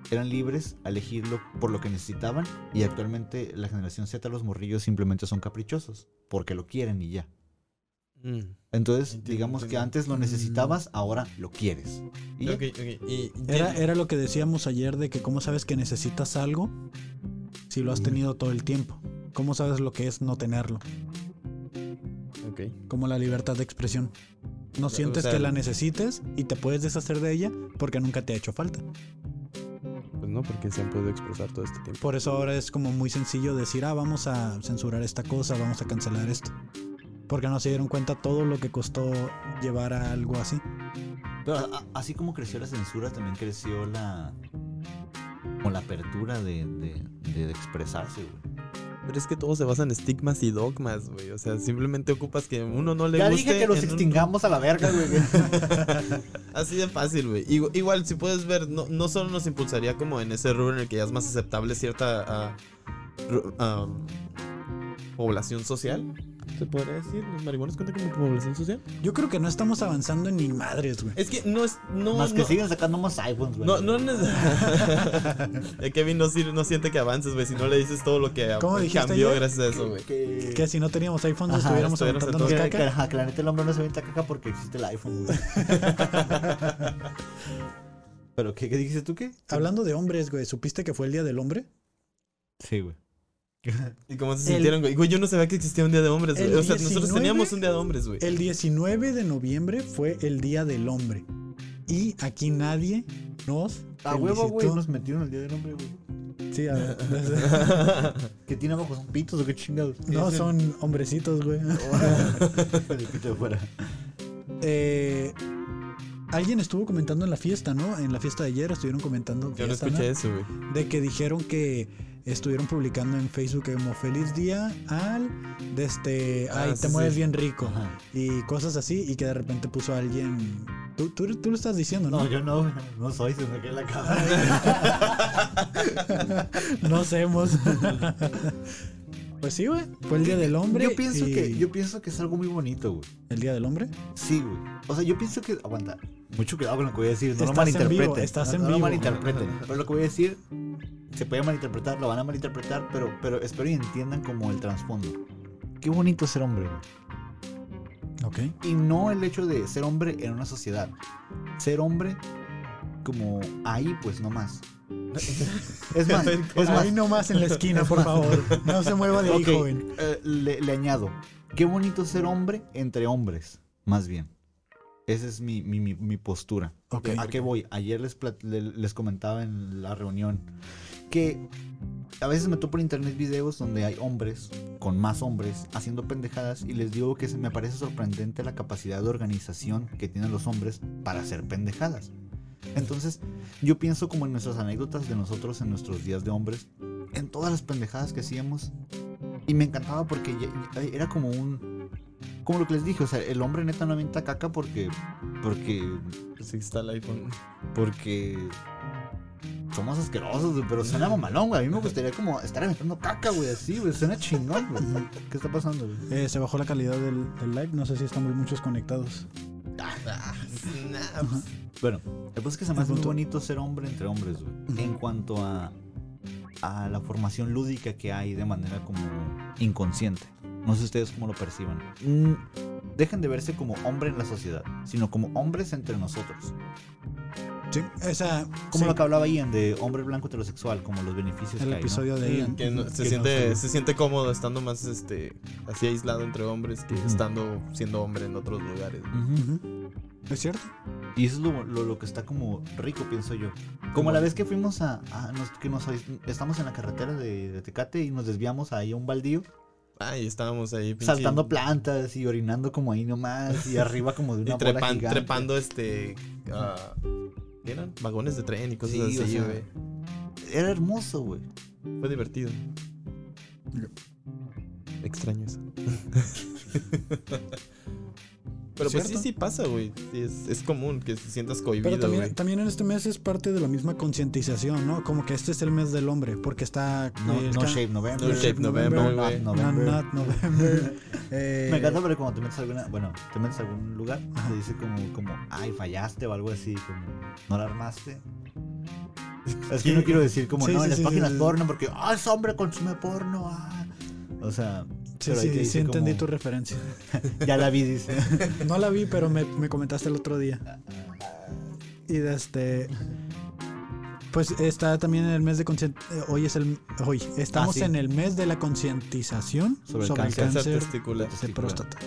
S2: eran libres a elegirlo por lo que necesitaban y actualmente la generación Z, los morrillos, simplemente son caprichosos porque lo quieren y ya.
S3: Mm.
S2: Entonces,
S3: Entiendo,
S2: digamos que
S3: entiendo.
S2: antes lo necesitabas, ahora lo quieres. Y ya.
S3: Ok, ok, y- y-
S1: Era, era lo que decíamos ayer de que cómo sabes que necesitas algo si lo has tenido todo el tiempo. ¿Cómo sabes lo que es no tenerlo?
S3: ok.
S1: Como la libertad de expresión. No sientes
S3: sea,
S1: que la necesites y te puedes deshacer de ella porque nunca te ha hecho falta.
S3: Pues no, porque se han podido expresar todo este tiempo.
S1: Por eso ahora es como muy sencillo decir, ah, vamos a censurar esta cosa, vamos a cancelar esto. Porque no se dieron cuenta todo lo que costó llevar a algo así.
S2: Pero a- a- así como creció la censura, también creció la... Como la apertura de, de- de expresarse, güey.
S3: Pero es que todo se basa en estigmas y dogmas, güey. O sea, simplemente ocupas que uno no le
S2: Ya
S3: guste.
S2: dije que los
S3: en un-
S2: extingamos a la verga, güey.
S3: Así de fácil, güey. Igu- Igual, si puedes ver, no, no solo nos impulsaría como en ese rubro en el que ya es más aceptable cierta ah, ru- am, población social. ¿Se podría decir? ¿Los marihuanos cuentan como población social?
S1: Yo creo que no estamos avanzando en ni madres, güey.
S3: Es que no es. No,
S2: Más que
S3: no,
S2: siguen sacando más iPhones, güey.
S3: No, no neces- El Kevin no, sir- no siente que avances, güey. Si no le dices todo lo que
S1: ¿Cómo
S3: ah,
S1: dijiste
S3: cambió
S1: ayer?
S3: gracias a eso, güey.
S2: Que-
S1: Que si no teníamos iPhones
S2: Ajá,
S1: estuviéramos
S3: estuviéramos
S1: aventando
S3: entonces-
S2: Que, que,
S1: caca.
S2: ajá, que la neta el hombre no se avienta caca porque existe el iPhone, güey. ¿Pero qué, qué dijiste tú qué?
S1: Hablando de hombres, güey, ¿supiste que fue el Día del Hombre?
S2: Sí, güey.
S3: ¿Y cómo se
S1: El-
S3: sintieron, güey? Güey, yo no sabía que existía un día de hombres, güey.
S1: El
S3: O sea, nosotros
S1: 19,
S3: teníamos un día de hombres, güey.
S1: El 19 de noviembre fue el Día del Hombre. Y aquí nadie nos
S2: A huevo, güey.
S1: felicitó.
S2: Nos metieron el día del hombre, güey.
S1: Sí, a
S2: ¿Qué tiene abajo? ¿Son pitos o qué chingados?
S1: no son hombrecitos, güey.
S2: el pito de fuera.
S1: Eh, alguien estuvo comentando en la fiesta, ¿no? En la fiesta de ayer estuvieron comentando.
S3: Yo no
S1: fiesta,
S3: escuché eso, güey.
S1: De que dijeron que estuvieron publicando en Facebook que como feliz día al de este
S3: Ah,
S1: ay
S3: sí,
S1: te mueves
S3: sí.
S1: bien rico
S2: Ajá.
S1: y cosas así y que de repente puso a alguien tú, tú, tú lo estás diciendo no
S2: No, yo no, güey. no soy, se me cae la cámara.
S1: no hacemos pues sí güey fue el día del hombre
S2: Yo pienso,
S1: y-
S2: que, yo pienso que es algo muy bonito, güey.
S1: el día del hombre
S2: Sí, güey. O sea, yo pienso que. Aguanta. Mucho cuidado con lo que voy a decir. No lo
S1: Estás
S2: malinterpreten.
S1: en vivo, estás
S2: no,
S1: en
S2: no
S1: vivo.
S2: lo malinterpreten. Pero lo que voy a decir. Se puede malinterpretar, lo van a malinterpretar. Pero, pero espero y entiendan como el trasfondo. Qué bonito ser hombre, güey.
S1: ok
S2: Y no el hecho de ser hombre en una sociedad. Ser hombre como ahí, pues no más. es más, es más.
S1: ahí nomás en la esquina por favor no se mueva de ahí
S2: Ok,
S1: joven
S2: eh, le, le añado. Qué bonito ser hombre entre hombres, más bien. Esa es mi, mi- mi- mi postura.
S1: Ok.
S2: ¿A qué voy? Ayer les, plat- le- les comentaba en la reunión que a veces me topo en internet videos donde hay hombres con más hombres haciendo pendejadas y les digo que se me parece sorprendente la capacidad de organización que tienen los hombres para hacer pendejadas. Entonces, yo pienso como en nuestras anécdotas de nosotros en nuestros días de hombres, en todas las pendejadas que hacíamos. Y me encantaba porque ya- ya- era como un... Como lo que les dije, o sea, el hombre neta no avienta caca porque... Porque...
S3: Pues sí está el iPhone.
S2: Porque... Somos asquerosos, güey, pero suena mamalón, güey. A mí me gustaría como estar aventando caca, güey, así, güey. Suena chingón, güey. ¿Qué está pasando, güey?
S1: Eh, se bajó la calidad del, del live no sé si estamos muchos conectados
S2: Bueno, el punto es que se me hace muy
S1: punto.
S2: bonito ser hombre entre hombres, güey. En cuanto a, a la formación lúdica que hay de manera como inconsciente. No sé ustedes cómo lo perciban. Mm, Dejen de verse como hombre en la sociedad, sino como hombres entre nosotros.
S1: sí o sea
S2: Como
S1: sí,
S2: lo que hablaba Ian de hombre blanco heterosexual, como los beneficios
S1: el
S2: que hay, ¿no?
S1: episodio de Ian
S3: Que no- se,
S1: que
S3: siente,
S1: no-
S3: se siente cómodo estando más este así aislado entre hombres que estando siendo hombre en otros lugares.
S2: Ujú.
S1: Ujú. es cierto
S2: Y eso es lo, lo- lo que está como rico, pienso yo. Como la vez que fuimos a... a nos- que nos, estamos en la carretera de, de Tecate y nos desviamos ahí a un baldío.
S3: Ah, y estábamos ahí pinche-
S2: saltando plantas y orinando como ahí nomás y arriba como de
S3: y
S2: una bola
S3: trepan-
S2: gigante.
S3: trepando este ah, ¿qué eran? vagones de tren y cosas
S2: Sí, o
S3: así,
S2: sea,
S3: güey.
S2: Era hermoso, güey.
S3: Fue divertido. Extraño eso. Pero pues sí,
S1: ¿Cierto?
S3: sí pasa, güey. Sí, es, es común que te sientas cohibido,
S1: Pero
S3: güey.
S1: también, también en este mes es parte de la misma concientización, ¿no? Como que este es el mes del hombre, porque está.
S2: No,
S1: eh,
S2: no
S1: está-
S2: Shave November.
S3: No Shape November,
S1: November,
S3: güey.
S2: ah, no,
S1: No,
S2: November.
S1: not November. Eh,
S2: Me encanta porque cuando te metes a alguna, bueno, te metes a algún lugar, te dice como, como, ay, fallaste o algo así, como, no la armaste. Es que no quiero decir como,
S1: Sí,
S2: no,
S1: sí,
S2: en las
S1: sí,
S2: páginas
S1: sí, sí.
S2: porno, porque, ah, ese hombre consume porno, ah. O sea,
S1: Sí,
S2: pero ahí
S1: sí,
S2: te
S1: sí,
S2: dice
S1: entendí
S2: como,
S1: tu referencia.
S2: Ya la vi, dice.
S1: No la vi, pero me, me comentaste el otro día. Y de este. Pues está también en el mes de concien- eh, Hoy es el. Hoy estamos
S2: Ah, sí.
S1: en el mes de la concientización
S2: Sobre
S1: sobre,
S2: el
S1: el cáncer,
S2: cáncer
S3: Cáncer testicular.
S1: de próstata.
S2: Sí.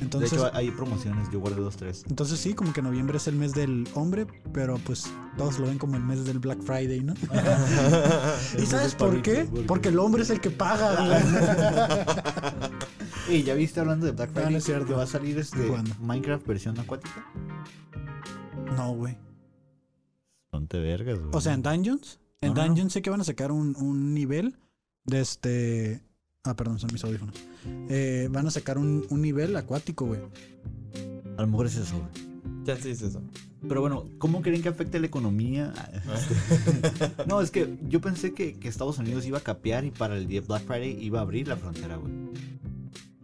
S1: Entonces,
S2: de hecho, ah. hay promociones, yo guardé dos, tres.
S1: Entonces sí, como que noviembre es el mes del hombre, pero pues todos lo ven como el mes del Black Friday, ¿no?
S2: Ah,
S1: ¿Y sabes por qué? Porque el hombre es el que paga.
S2: Ey, ¿ya viste hablando de Black
S1: Ah, No,
S2: Friday?
S1: no es cierto.
S2: Que va a salir este
S1: ¿Cuándo?
S2: Minecraft versión acuática.
S1: güey. no, güey.
S2: Ponte vergas, güey.
S1: O sea, en Dungeons, en
S2: No, no, no.
S1: Dungeons sé que van a sacar un, un nivel de este... Ah, perdón, son mis audífonos. Eh, van a sacar un, un nivel acuático, güey.
S2: a lo mejor es eso. güey.
S3: Ya sí es eso.
S2: Pero bueno, ¿cómo creen que afecta la economía? no, es que yo pensé que, que Estados Unidos iba a capear y para el día Black Friday iba a abrir la frontera, güey.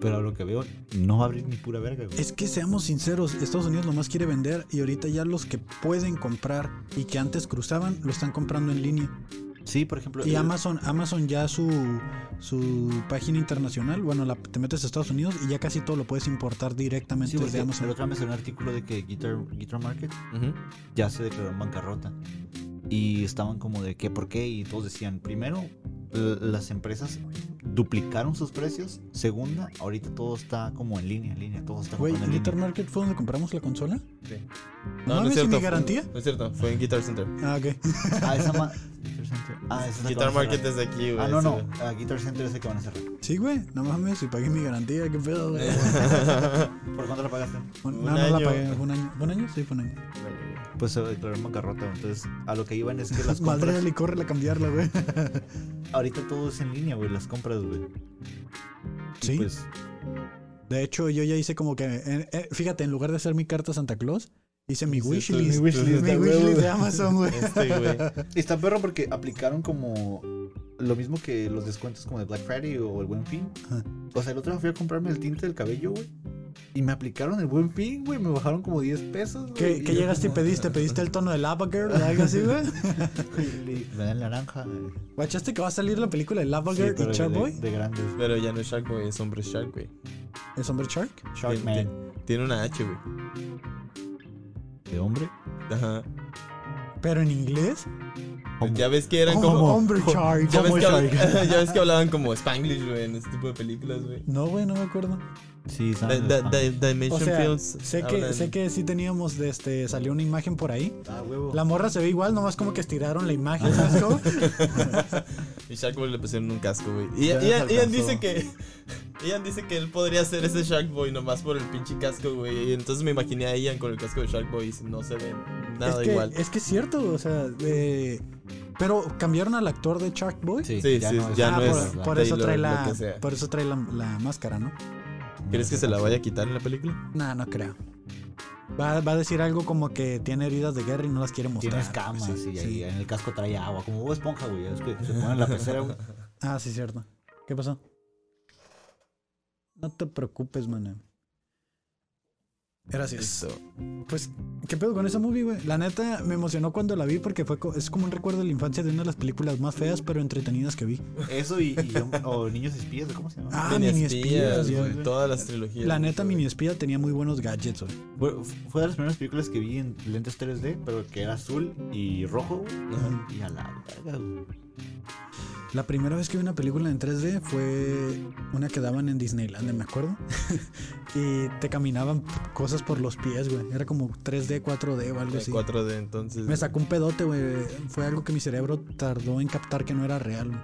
S2: Pero a lo que veo, no va a abrir ni pura verga, güey.
S1: Es que seamos sinceros, Estados Unidos lo más quiere vender y ahorita ya los que pueden comprar y que antes cruzaban, lo están comprando en línea.
S2: Sí, por ejemplo.
S1: Y
S2: el-
S1: Amazon, Amazon ya su, su página internacional, bueno, la, te metes a Estados Unidos y ya casi todo lo puedes importar directamente
S2: Sí, porque
S1: desde
S2: el
S1: Amazon.
S2: otro día me salió un artículo de que Guitar, Guitar Market
S3: Ujú.
S2: ya se declaró en bancarrota. Y estaban como de qué, por qué. Y todos decían, primero, l- las empresas duplicaron sus precios. Segunda, ahorita todo está como en línea, en línea. Todo está
S1: Güey,
S2: comprando en
S1: Guitar
S2: línea.
S1: Market fue donde compramos la consola?
S3: Sí.
S1: No, mames, ¿y mi garantía?
S3: No es cierto, fue en Guitar Center.
S1: Ah, ok.
S2: Ah, esa ma- Guitar Center. Ah, esa es la que van
S3: Guitar
S2: a
S3: Market
S2: cerrar.
S3: desde aquí, güey.
S2: Ah, no,
S3: sí,
S2: no.
S3: güey.
S2: ah, Guitar Center es el que van a cerrar.
S1: Sí, güey, no mames, y pagué mi garantía, qué pedo, güey.
S2: ¿Por cuánto la pagaste?
S1: Un-
S3: Un
S1: no, no la
S3: año.
S1: pagué. ¿Fue un año? ¿Fue un año? Sí, fue un año.
S2: Pues se declaró en bancarrota. Entonces, a lo que iban es que las
S1: Madre
S2: compras.
S1: del licor, la cambiarla, güey.
S2: Ahorita todo es en línea, güey. Las compras, güey. Y
S1: Sí.
S2: Pues,
S1: De hecho, yo ya hice como que. eh, eh, fíjate, en lugar de hacer mi carta a Santa Claus, hice mi
S3: Hiciste
S1: wishlist.
S3: mi
S1: Mi
S3: wishlist
S1: wishlist
S3: de huevo,
S1: de
S3: güey.
S1: Amazon, güey.
S3: Este, güey.
S2: está perro porque aplicaron como lo mismo que los descuentos como de Black Friday o el Buen Fin.
S1: Ajá.
S2: O sea, el otro día fui a comprarme el tinte del cabello, güey. Y me aplicaron el Buen Fin, güey. Me bajaron como 10 pesos.
S1: ¿Qué,
S2: güey.
S1: qué
S2: Y yo
S1: llegaste y
S2: como,
S1: pediste? ¿Pediste el tono del Lava Girl o algo así, güey?
S2: le dije, Me dan naranja. güey.
S1: ¿Guachaste que va a salir la película de Lava Girl
S2: pero
S1: y
S2: de-
S1: Sharkboy?
S2: De, grandes. güey.
S3: Pero ya no es Shark, güey, es hombre Shark, güey.
S1: ¿Es Hombre Shark?
S3: Tiene-
S2: Sharkman.
S3: tiene- Tiene una H, güey.
S2: ¿De hombre?
S3: Ajá.
S1: ¿Pero en inglés?
S3: Ya ves que eran
S1: Hombre-
S3: como.
S1: Hombre
S3: co-
S1: Shark.
S3: Ya ves,
S1: Hombre
S3: que habl- ya ves que hablaban como Spanglish, güey, en este tipo de películas, güey.
S1: No, güey, no me acuerdo.
S2: Sí,
S3: Da-
S2: saben
S3: da-
S2: los
S3: da-
S1: O
S3: Dimension
S1: sea,
S3: Films.
S1: sé
S3: hablan-
S1: que, sé que sí teníamos, de este, salió una imagen por ahí.
S2: fans. Ah, huevo.
S1: La morra se ve igual, nomás como que estiraron la imagen, ¿sabes cómo?
S3: Y Sharkboy le pusieron un casco, güey. Y
S2: Ya
S3: Ian,
S2: nos
S3: Ian
S2: alcanzó.
S3: dice que. Ian dice que él podría ser ese Sharkboy nomás por el pinche casco, güey. Y entonces me imaginé a Ian con el casco de Sharkboy y no se ve
S1: es,
S3: nada
S1: que,
S3: igual.
S1: es que es cierto, o sea, eh, pero cambiaron al actor de Shark Boy.
S2: Sí,
S3: Sí, sí, ya
S1: Ah,
S3: no
S1: por,
S3: es
S1: por eso
S3: Taylor,
S1: trae
S3: lo
S1: la,
S3: que sea.
S1: por eso trae la, la máscara, ¿no?
S3: ¿Crees que se la vaya a quitar en la película?
S1: No, no creo. Va, va a decir algo como que tiene heridas de guerra y no las quiere mostrar.
S2: Tiene escamas
S1: Sí,
S2: y
S1: sí.
S2: ahí en el casco trae agua, como Bob esponja, güey. Es que se pone en la pecera, güey.
S1: Ah, sí, cierto. ¿Qué pasó? No te preocupes, man. Gracias.
S3: Listo.
S1: Pues, ¿qué pedo con esa movie, güey? La neta, me emocionó cuando la vi porque fue co- es como un recuerdo de la infancia de una de las películas más feas pero entretenidas que vi.
S2: Eso y, y hom- o niños espías, ¿cómo se llama?
S1: Ah, mini espías,
S3: güey,
S1: güey.
S3: Todas las trilogías.
S1: La neta,
S3: güey.
S1: Mini Espía tenía muy buenos gadgets, güey.
S2: Fue, fue de las primeras películas que vi en lentes 3D, pero que era azul y rojo, güey. Y a la verga, güey.
S1: La primera vez que vi una película en 3D fue una que daban en Disneyland, me acuerdo. y te caminaban cosas por los pies, güey. Era como 3D, 4D o algo
S3: De
S1: así.
S3: 4D, entonces.
S1: Me sacó un pedote, güey. Fue algo que mi cerebro tardó en captar que no era real, güey.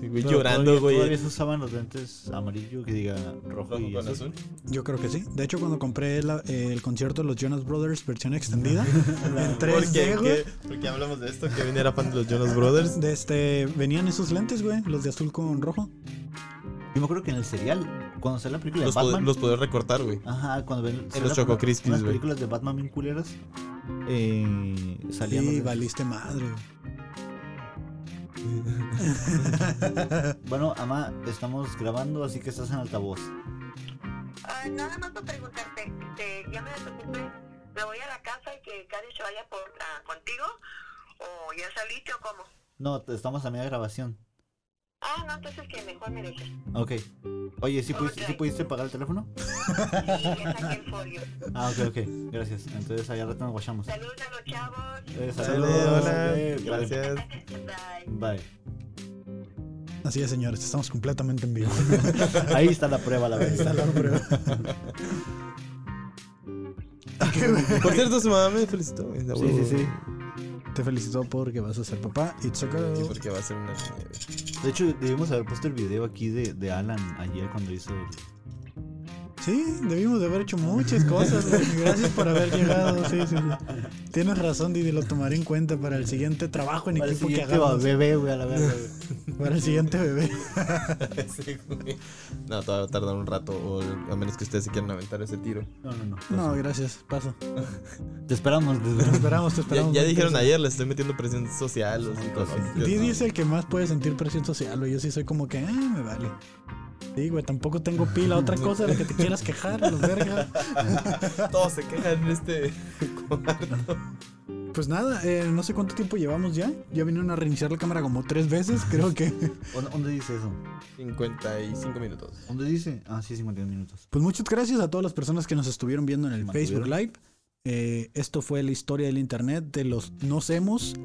S3: Sí, güey,
S2: Pero
S3: llorando,
S2: todavía- Todavía
S3: güey.
S2: se usaban los lentes amarillo que diga rojo,
S3: Rojo
S2: y
S3: con
S2: azul.
S3: azul.
S1: Yo creo que sí. De hecho, cuando compré la- eh, el concierto de los Jonas Brothers, versión extendida, en 3D, güey.
S3: Porque, porque hablamos de esto, que era fan de los Jonas Brothers.
S1: de este, venían esos lentes, güey, los de azul con rojo.
S2: Yo me acuerdo que en el serial, cuando sale la película
S3: Los,
S2: de
S3: pod
S2: Batman.
S3: los poder recortar, güey.
S2: Ajá, cuando ven. sale
S3: los
S2: la-
S3: Choco Crispies,
S2: Las
S3: güey.
S2: películas de Batman bien culeras. Eh, salían los
S1: Y
S2: lentes.
S1: valiste madre, güey.
S2: Bueno, Ama, estamos grabando, así que estás en altavoz.
S7: Ay, nada más para preguntarte, este, ya me desocupé, me voy a la casa y que Cari se vaya por, ah, contigo, o ya saliste o cómo.
S2: No, te- estamos a media grabación.
S7: Ah, no, entonces que mejor me dejes.
S2: Ok. Oye, ¿sí pudiste,
S7: Ok.
S2: sí pudiste pagar el teléfono?
S7: Sí, ya saqué el folio.
S2: Ah, ok, ok. Gracias. Entonces allá rato nos guachamos.
S7: Saludos a los chavos.
S2: Eh,
S3: hola.
S2: eh, vale.
S3: Gracias.
S7: Bye.
S2: Bye.
S1: Así es, señores, estamos completamente en vivo.
S2: Ahí está la prueba, la verdad.
S1: Está la prueba.
S3: Por cierto, su mamá me felicitó, güey.
S2: Sí, sí, sí.
S1: Te felicito porque vas a ser papá. It's a girl.
S3: Sí, porque va a ser una niña, güey.
S2: De hecho, debimos haber puesto el video aquí de, de Alan ayer cuando hizo el...
S1: Sí, debimos de haber hecho muchas cosas. güey. Gracias por haber llegado. Sí, sí, sí. Tienes razón, Didi, lo tomaré en cuenta para el siguiente trabajo en
S2: Para el
S1: equipo que
S2: siguiente
S1: hagamos.
S2: bebé, güey, a la verga.
S1: Para el siguiente bebé.
S3: Sí, güey. No, todavía va a tardar un rato, o a menos que ustedes se quieran aventar ese tiro.
S2: No, no, no.
S1: No, gracias, paso.
S2: Te esperamos. te
S1: Te
S2: esperamos.
S1: esperamos, te
S3: Ya,
S1: esperamos.
S3: ya dijeron ayer, les estoy metiendo presión social o psicológica.
S1: Didi es el que más puede sentir presión social, güey. Yo sí soy como que, ah, me vale. Sí, güey, tampoco tengo pila. Otra cosa de la que te quieras quejar, a los vergas.
S3: Todos se quejan en este cuarto.
S1: Pues nada, eh, no sé cuánto tiempo llevamos ya. Ya vinieron a reiniciar la cámara como tres veces, creo que.
S2: ¿Dónde- ¿Dónde dice eso?
S3: 55 minutos.
S2: ¿Dónde dice? Ah, sí, 52 minutos.
S1: Pues muchas gracias a todas las personas que nos estuvieron viendo en el
S2: Mantuvieron.
S1: Facebook Live. Eh, esto fue la historia del internet de los no semos,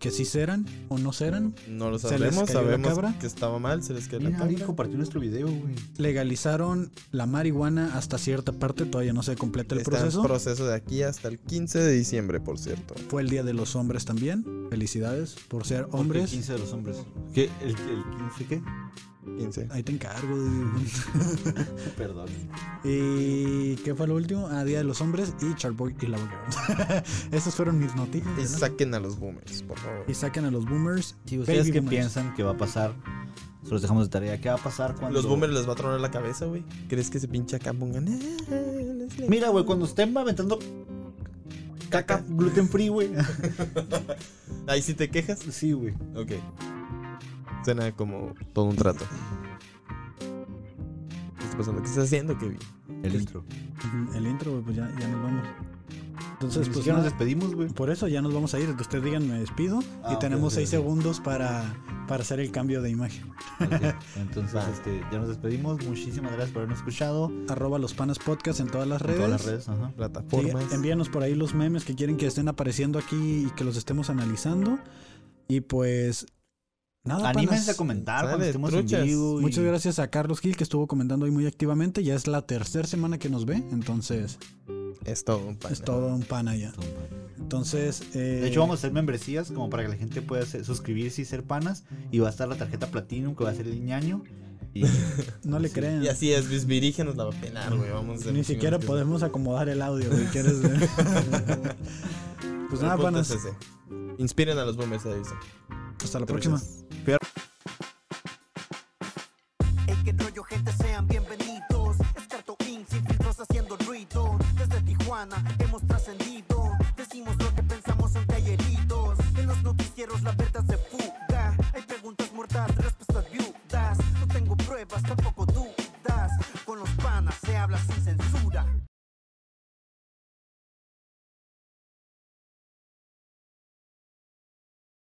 S1: que sí serán o no serán.
S3: No lo
S1: ¿Se les
S3: sabemos,
S1: cayó la
S3: sabemos
S1: cabra?
S3: que estaba mal, se les quedó la
S2: Mira, alguien
S3: cabra.
S2: compartió nuestro video, güey.
S1: Legalizaron la marihuana hasta cierta parte, todavía no se completa el
S3: Está en
S1: proceso.
S3: proceso de aquí hasta el 15 de diciembre, por cierto.
S1: Fue el Día de los Hombres también. Felicidades por ser
S2: El
S1: hombres.
S2: 15 de los hombres. ¿Qué? ¿El, el 15 qué?
S3: 15.
S1: Ahí te encargo. dude.
S2: Perdón.
S1: ¿Y qué fue lo último? A Día de los Hombres y Charboy y Lava Girl. Esas fueron mis noticias.
S3: Y
S1: ¿no?
S3: saquen a los boomers, por favor.
S1: Y saquen a los boomers.
S2: Si ustedes
S1: baby
S2: que
S1: boomers.
S2: piensan que va a pasar, se los dejamos de tarea. ¿Qué va a pasar cuando.
S3: Los boomers les va a tronar la cabeza, güey. ¿Crees que se pinche acá pongan? "Ah, les le-".
S2: Mira, güey, cuando estén aventando caca gluten free, güey.
S3: Ahí sí te quejas.
S2: Sí, güey.
S3: Ok. Suena como todo un trato. ¿Qué está pasando? ¿Qué estás haciendo, Kevin?
S2: El intro.
S1: Ujú, El intro, güey, pues ya, ya nos vamos. Entonces,
S2: Ni
S1: pues
S2: siquiera nos
S1: nada,
S2: despedimos, güey.
S1: por eso ya nos vamos a ir. Ustedes digan, me despido.
S2: Ah,
S1: y tenemos
S2: ok, ok,
S1: 6
S2: ok.
S1: segundos para, para hacer el cambio de imagen.
S2: Entonces, este, ya nos despedimos. Muchísimas gracias por habernos escuchado. En
S1: Arroba los panas podcast en todas las redes.
S2: todas las redes, ajá.
S1: Sí,
S3: Plataformas.
S1: envíanos por ahí los memes que quieren que estén apareciendo aquí y que los estemos analizando. Y pues, nada,
S2: Ah, Anímense
S1: panas.
S2: a comentar
S3: Sale,
S2: cuando estemos en
S3: truchas.
S2: vivo. y-
S1: Muchas gracias a Carlos Gil que estuvo comentando hoy muy activamente. Ya es la tercera semana que nos ve, entonces
S3: Es todo un pan.
S1: es todo un pana ya. Entonces, eh,
S2: De hecho, vamos a hacer membresías como para que la gente pueda ser- suscribirse y ser panas. Y va a estar la tarjeta Platinum que va a ser el ñaño. Y
S1: no le crean.
S3: Y así es, Bisbirige nos la va a pelar, güey. Vamos a hacer
S1: Ni
S3: un chingo
S1: siquiera
S3: de
S1: podemos acomodar el audio, güey, ¿quieres ver?
S3: cosas.
S1: pues
S3: El
S1: nada,
S3: punto es
S1: panas.
S3: ese. Inspiren a los boomers, se dice.
S1: Hasta la próxima.
S2: Fier-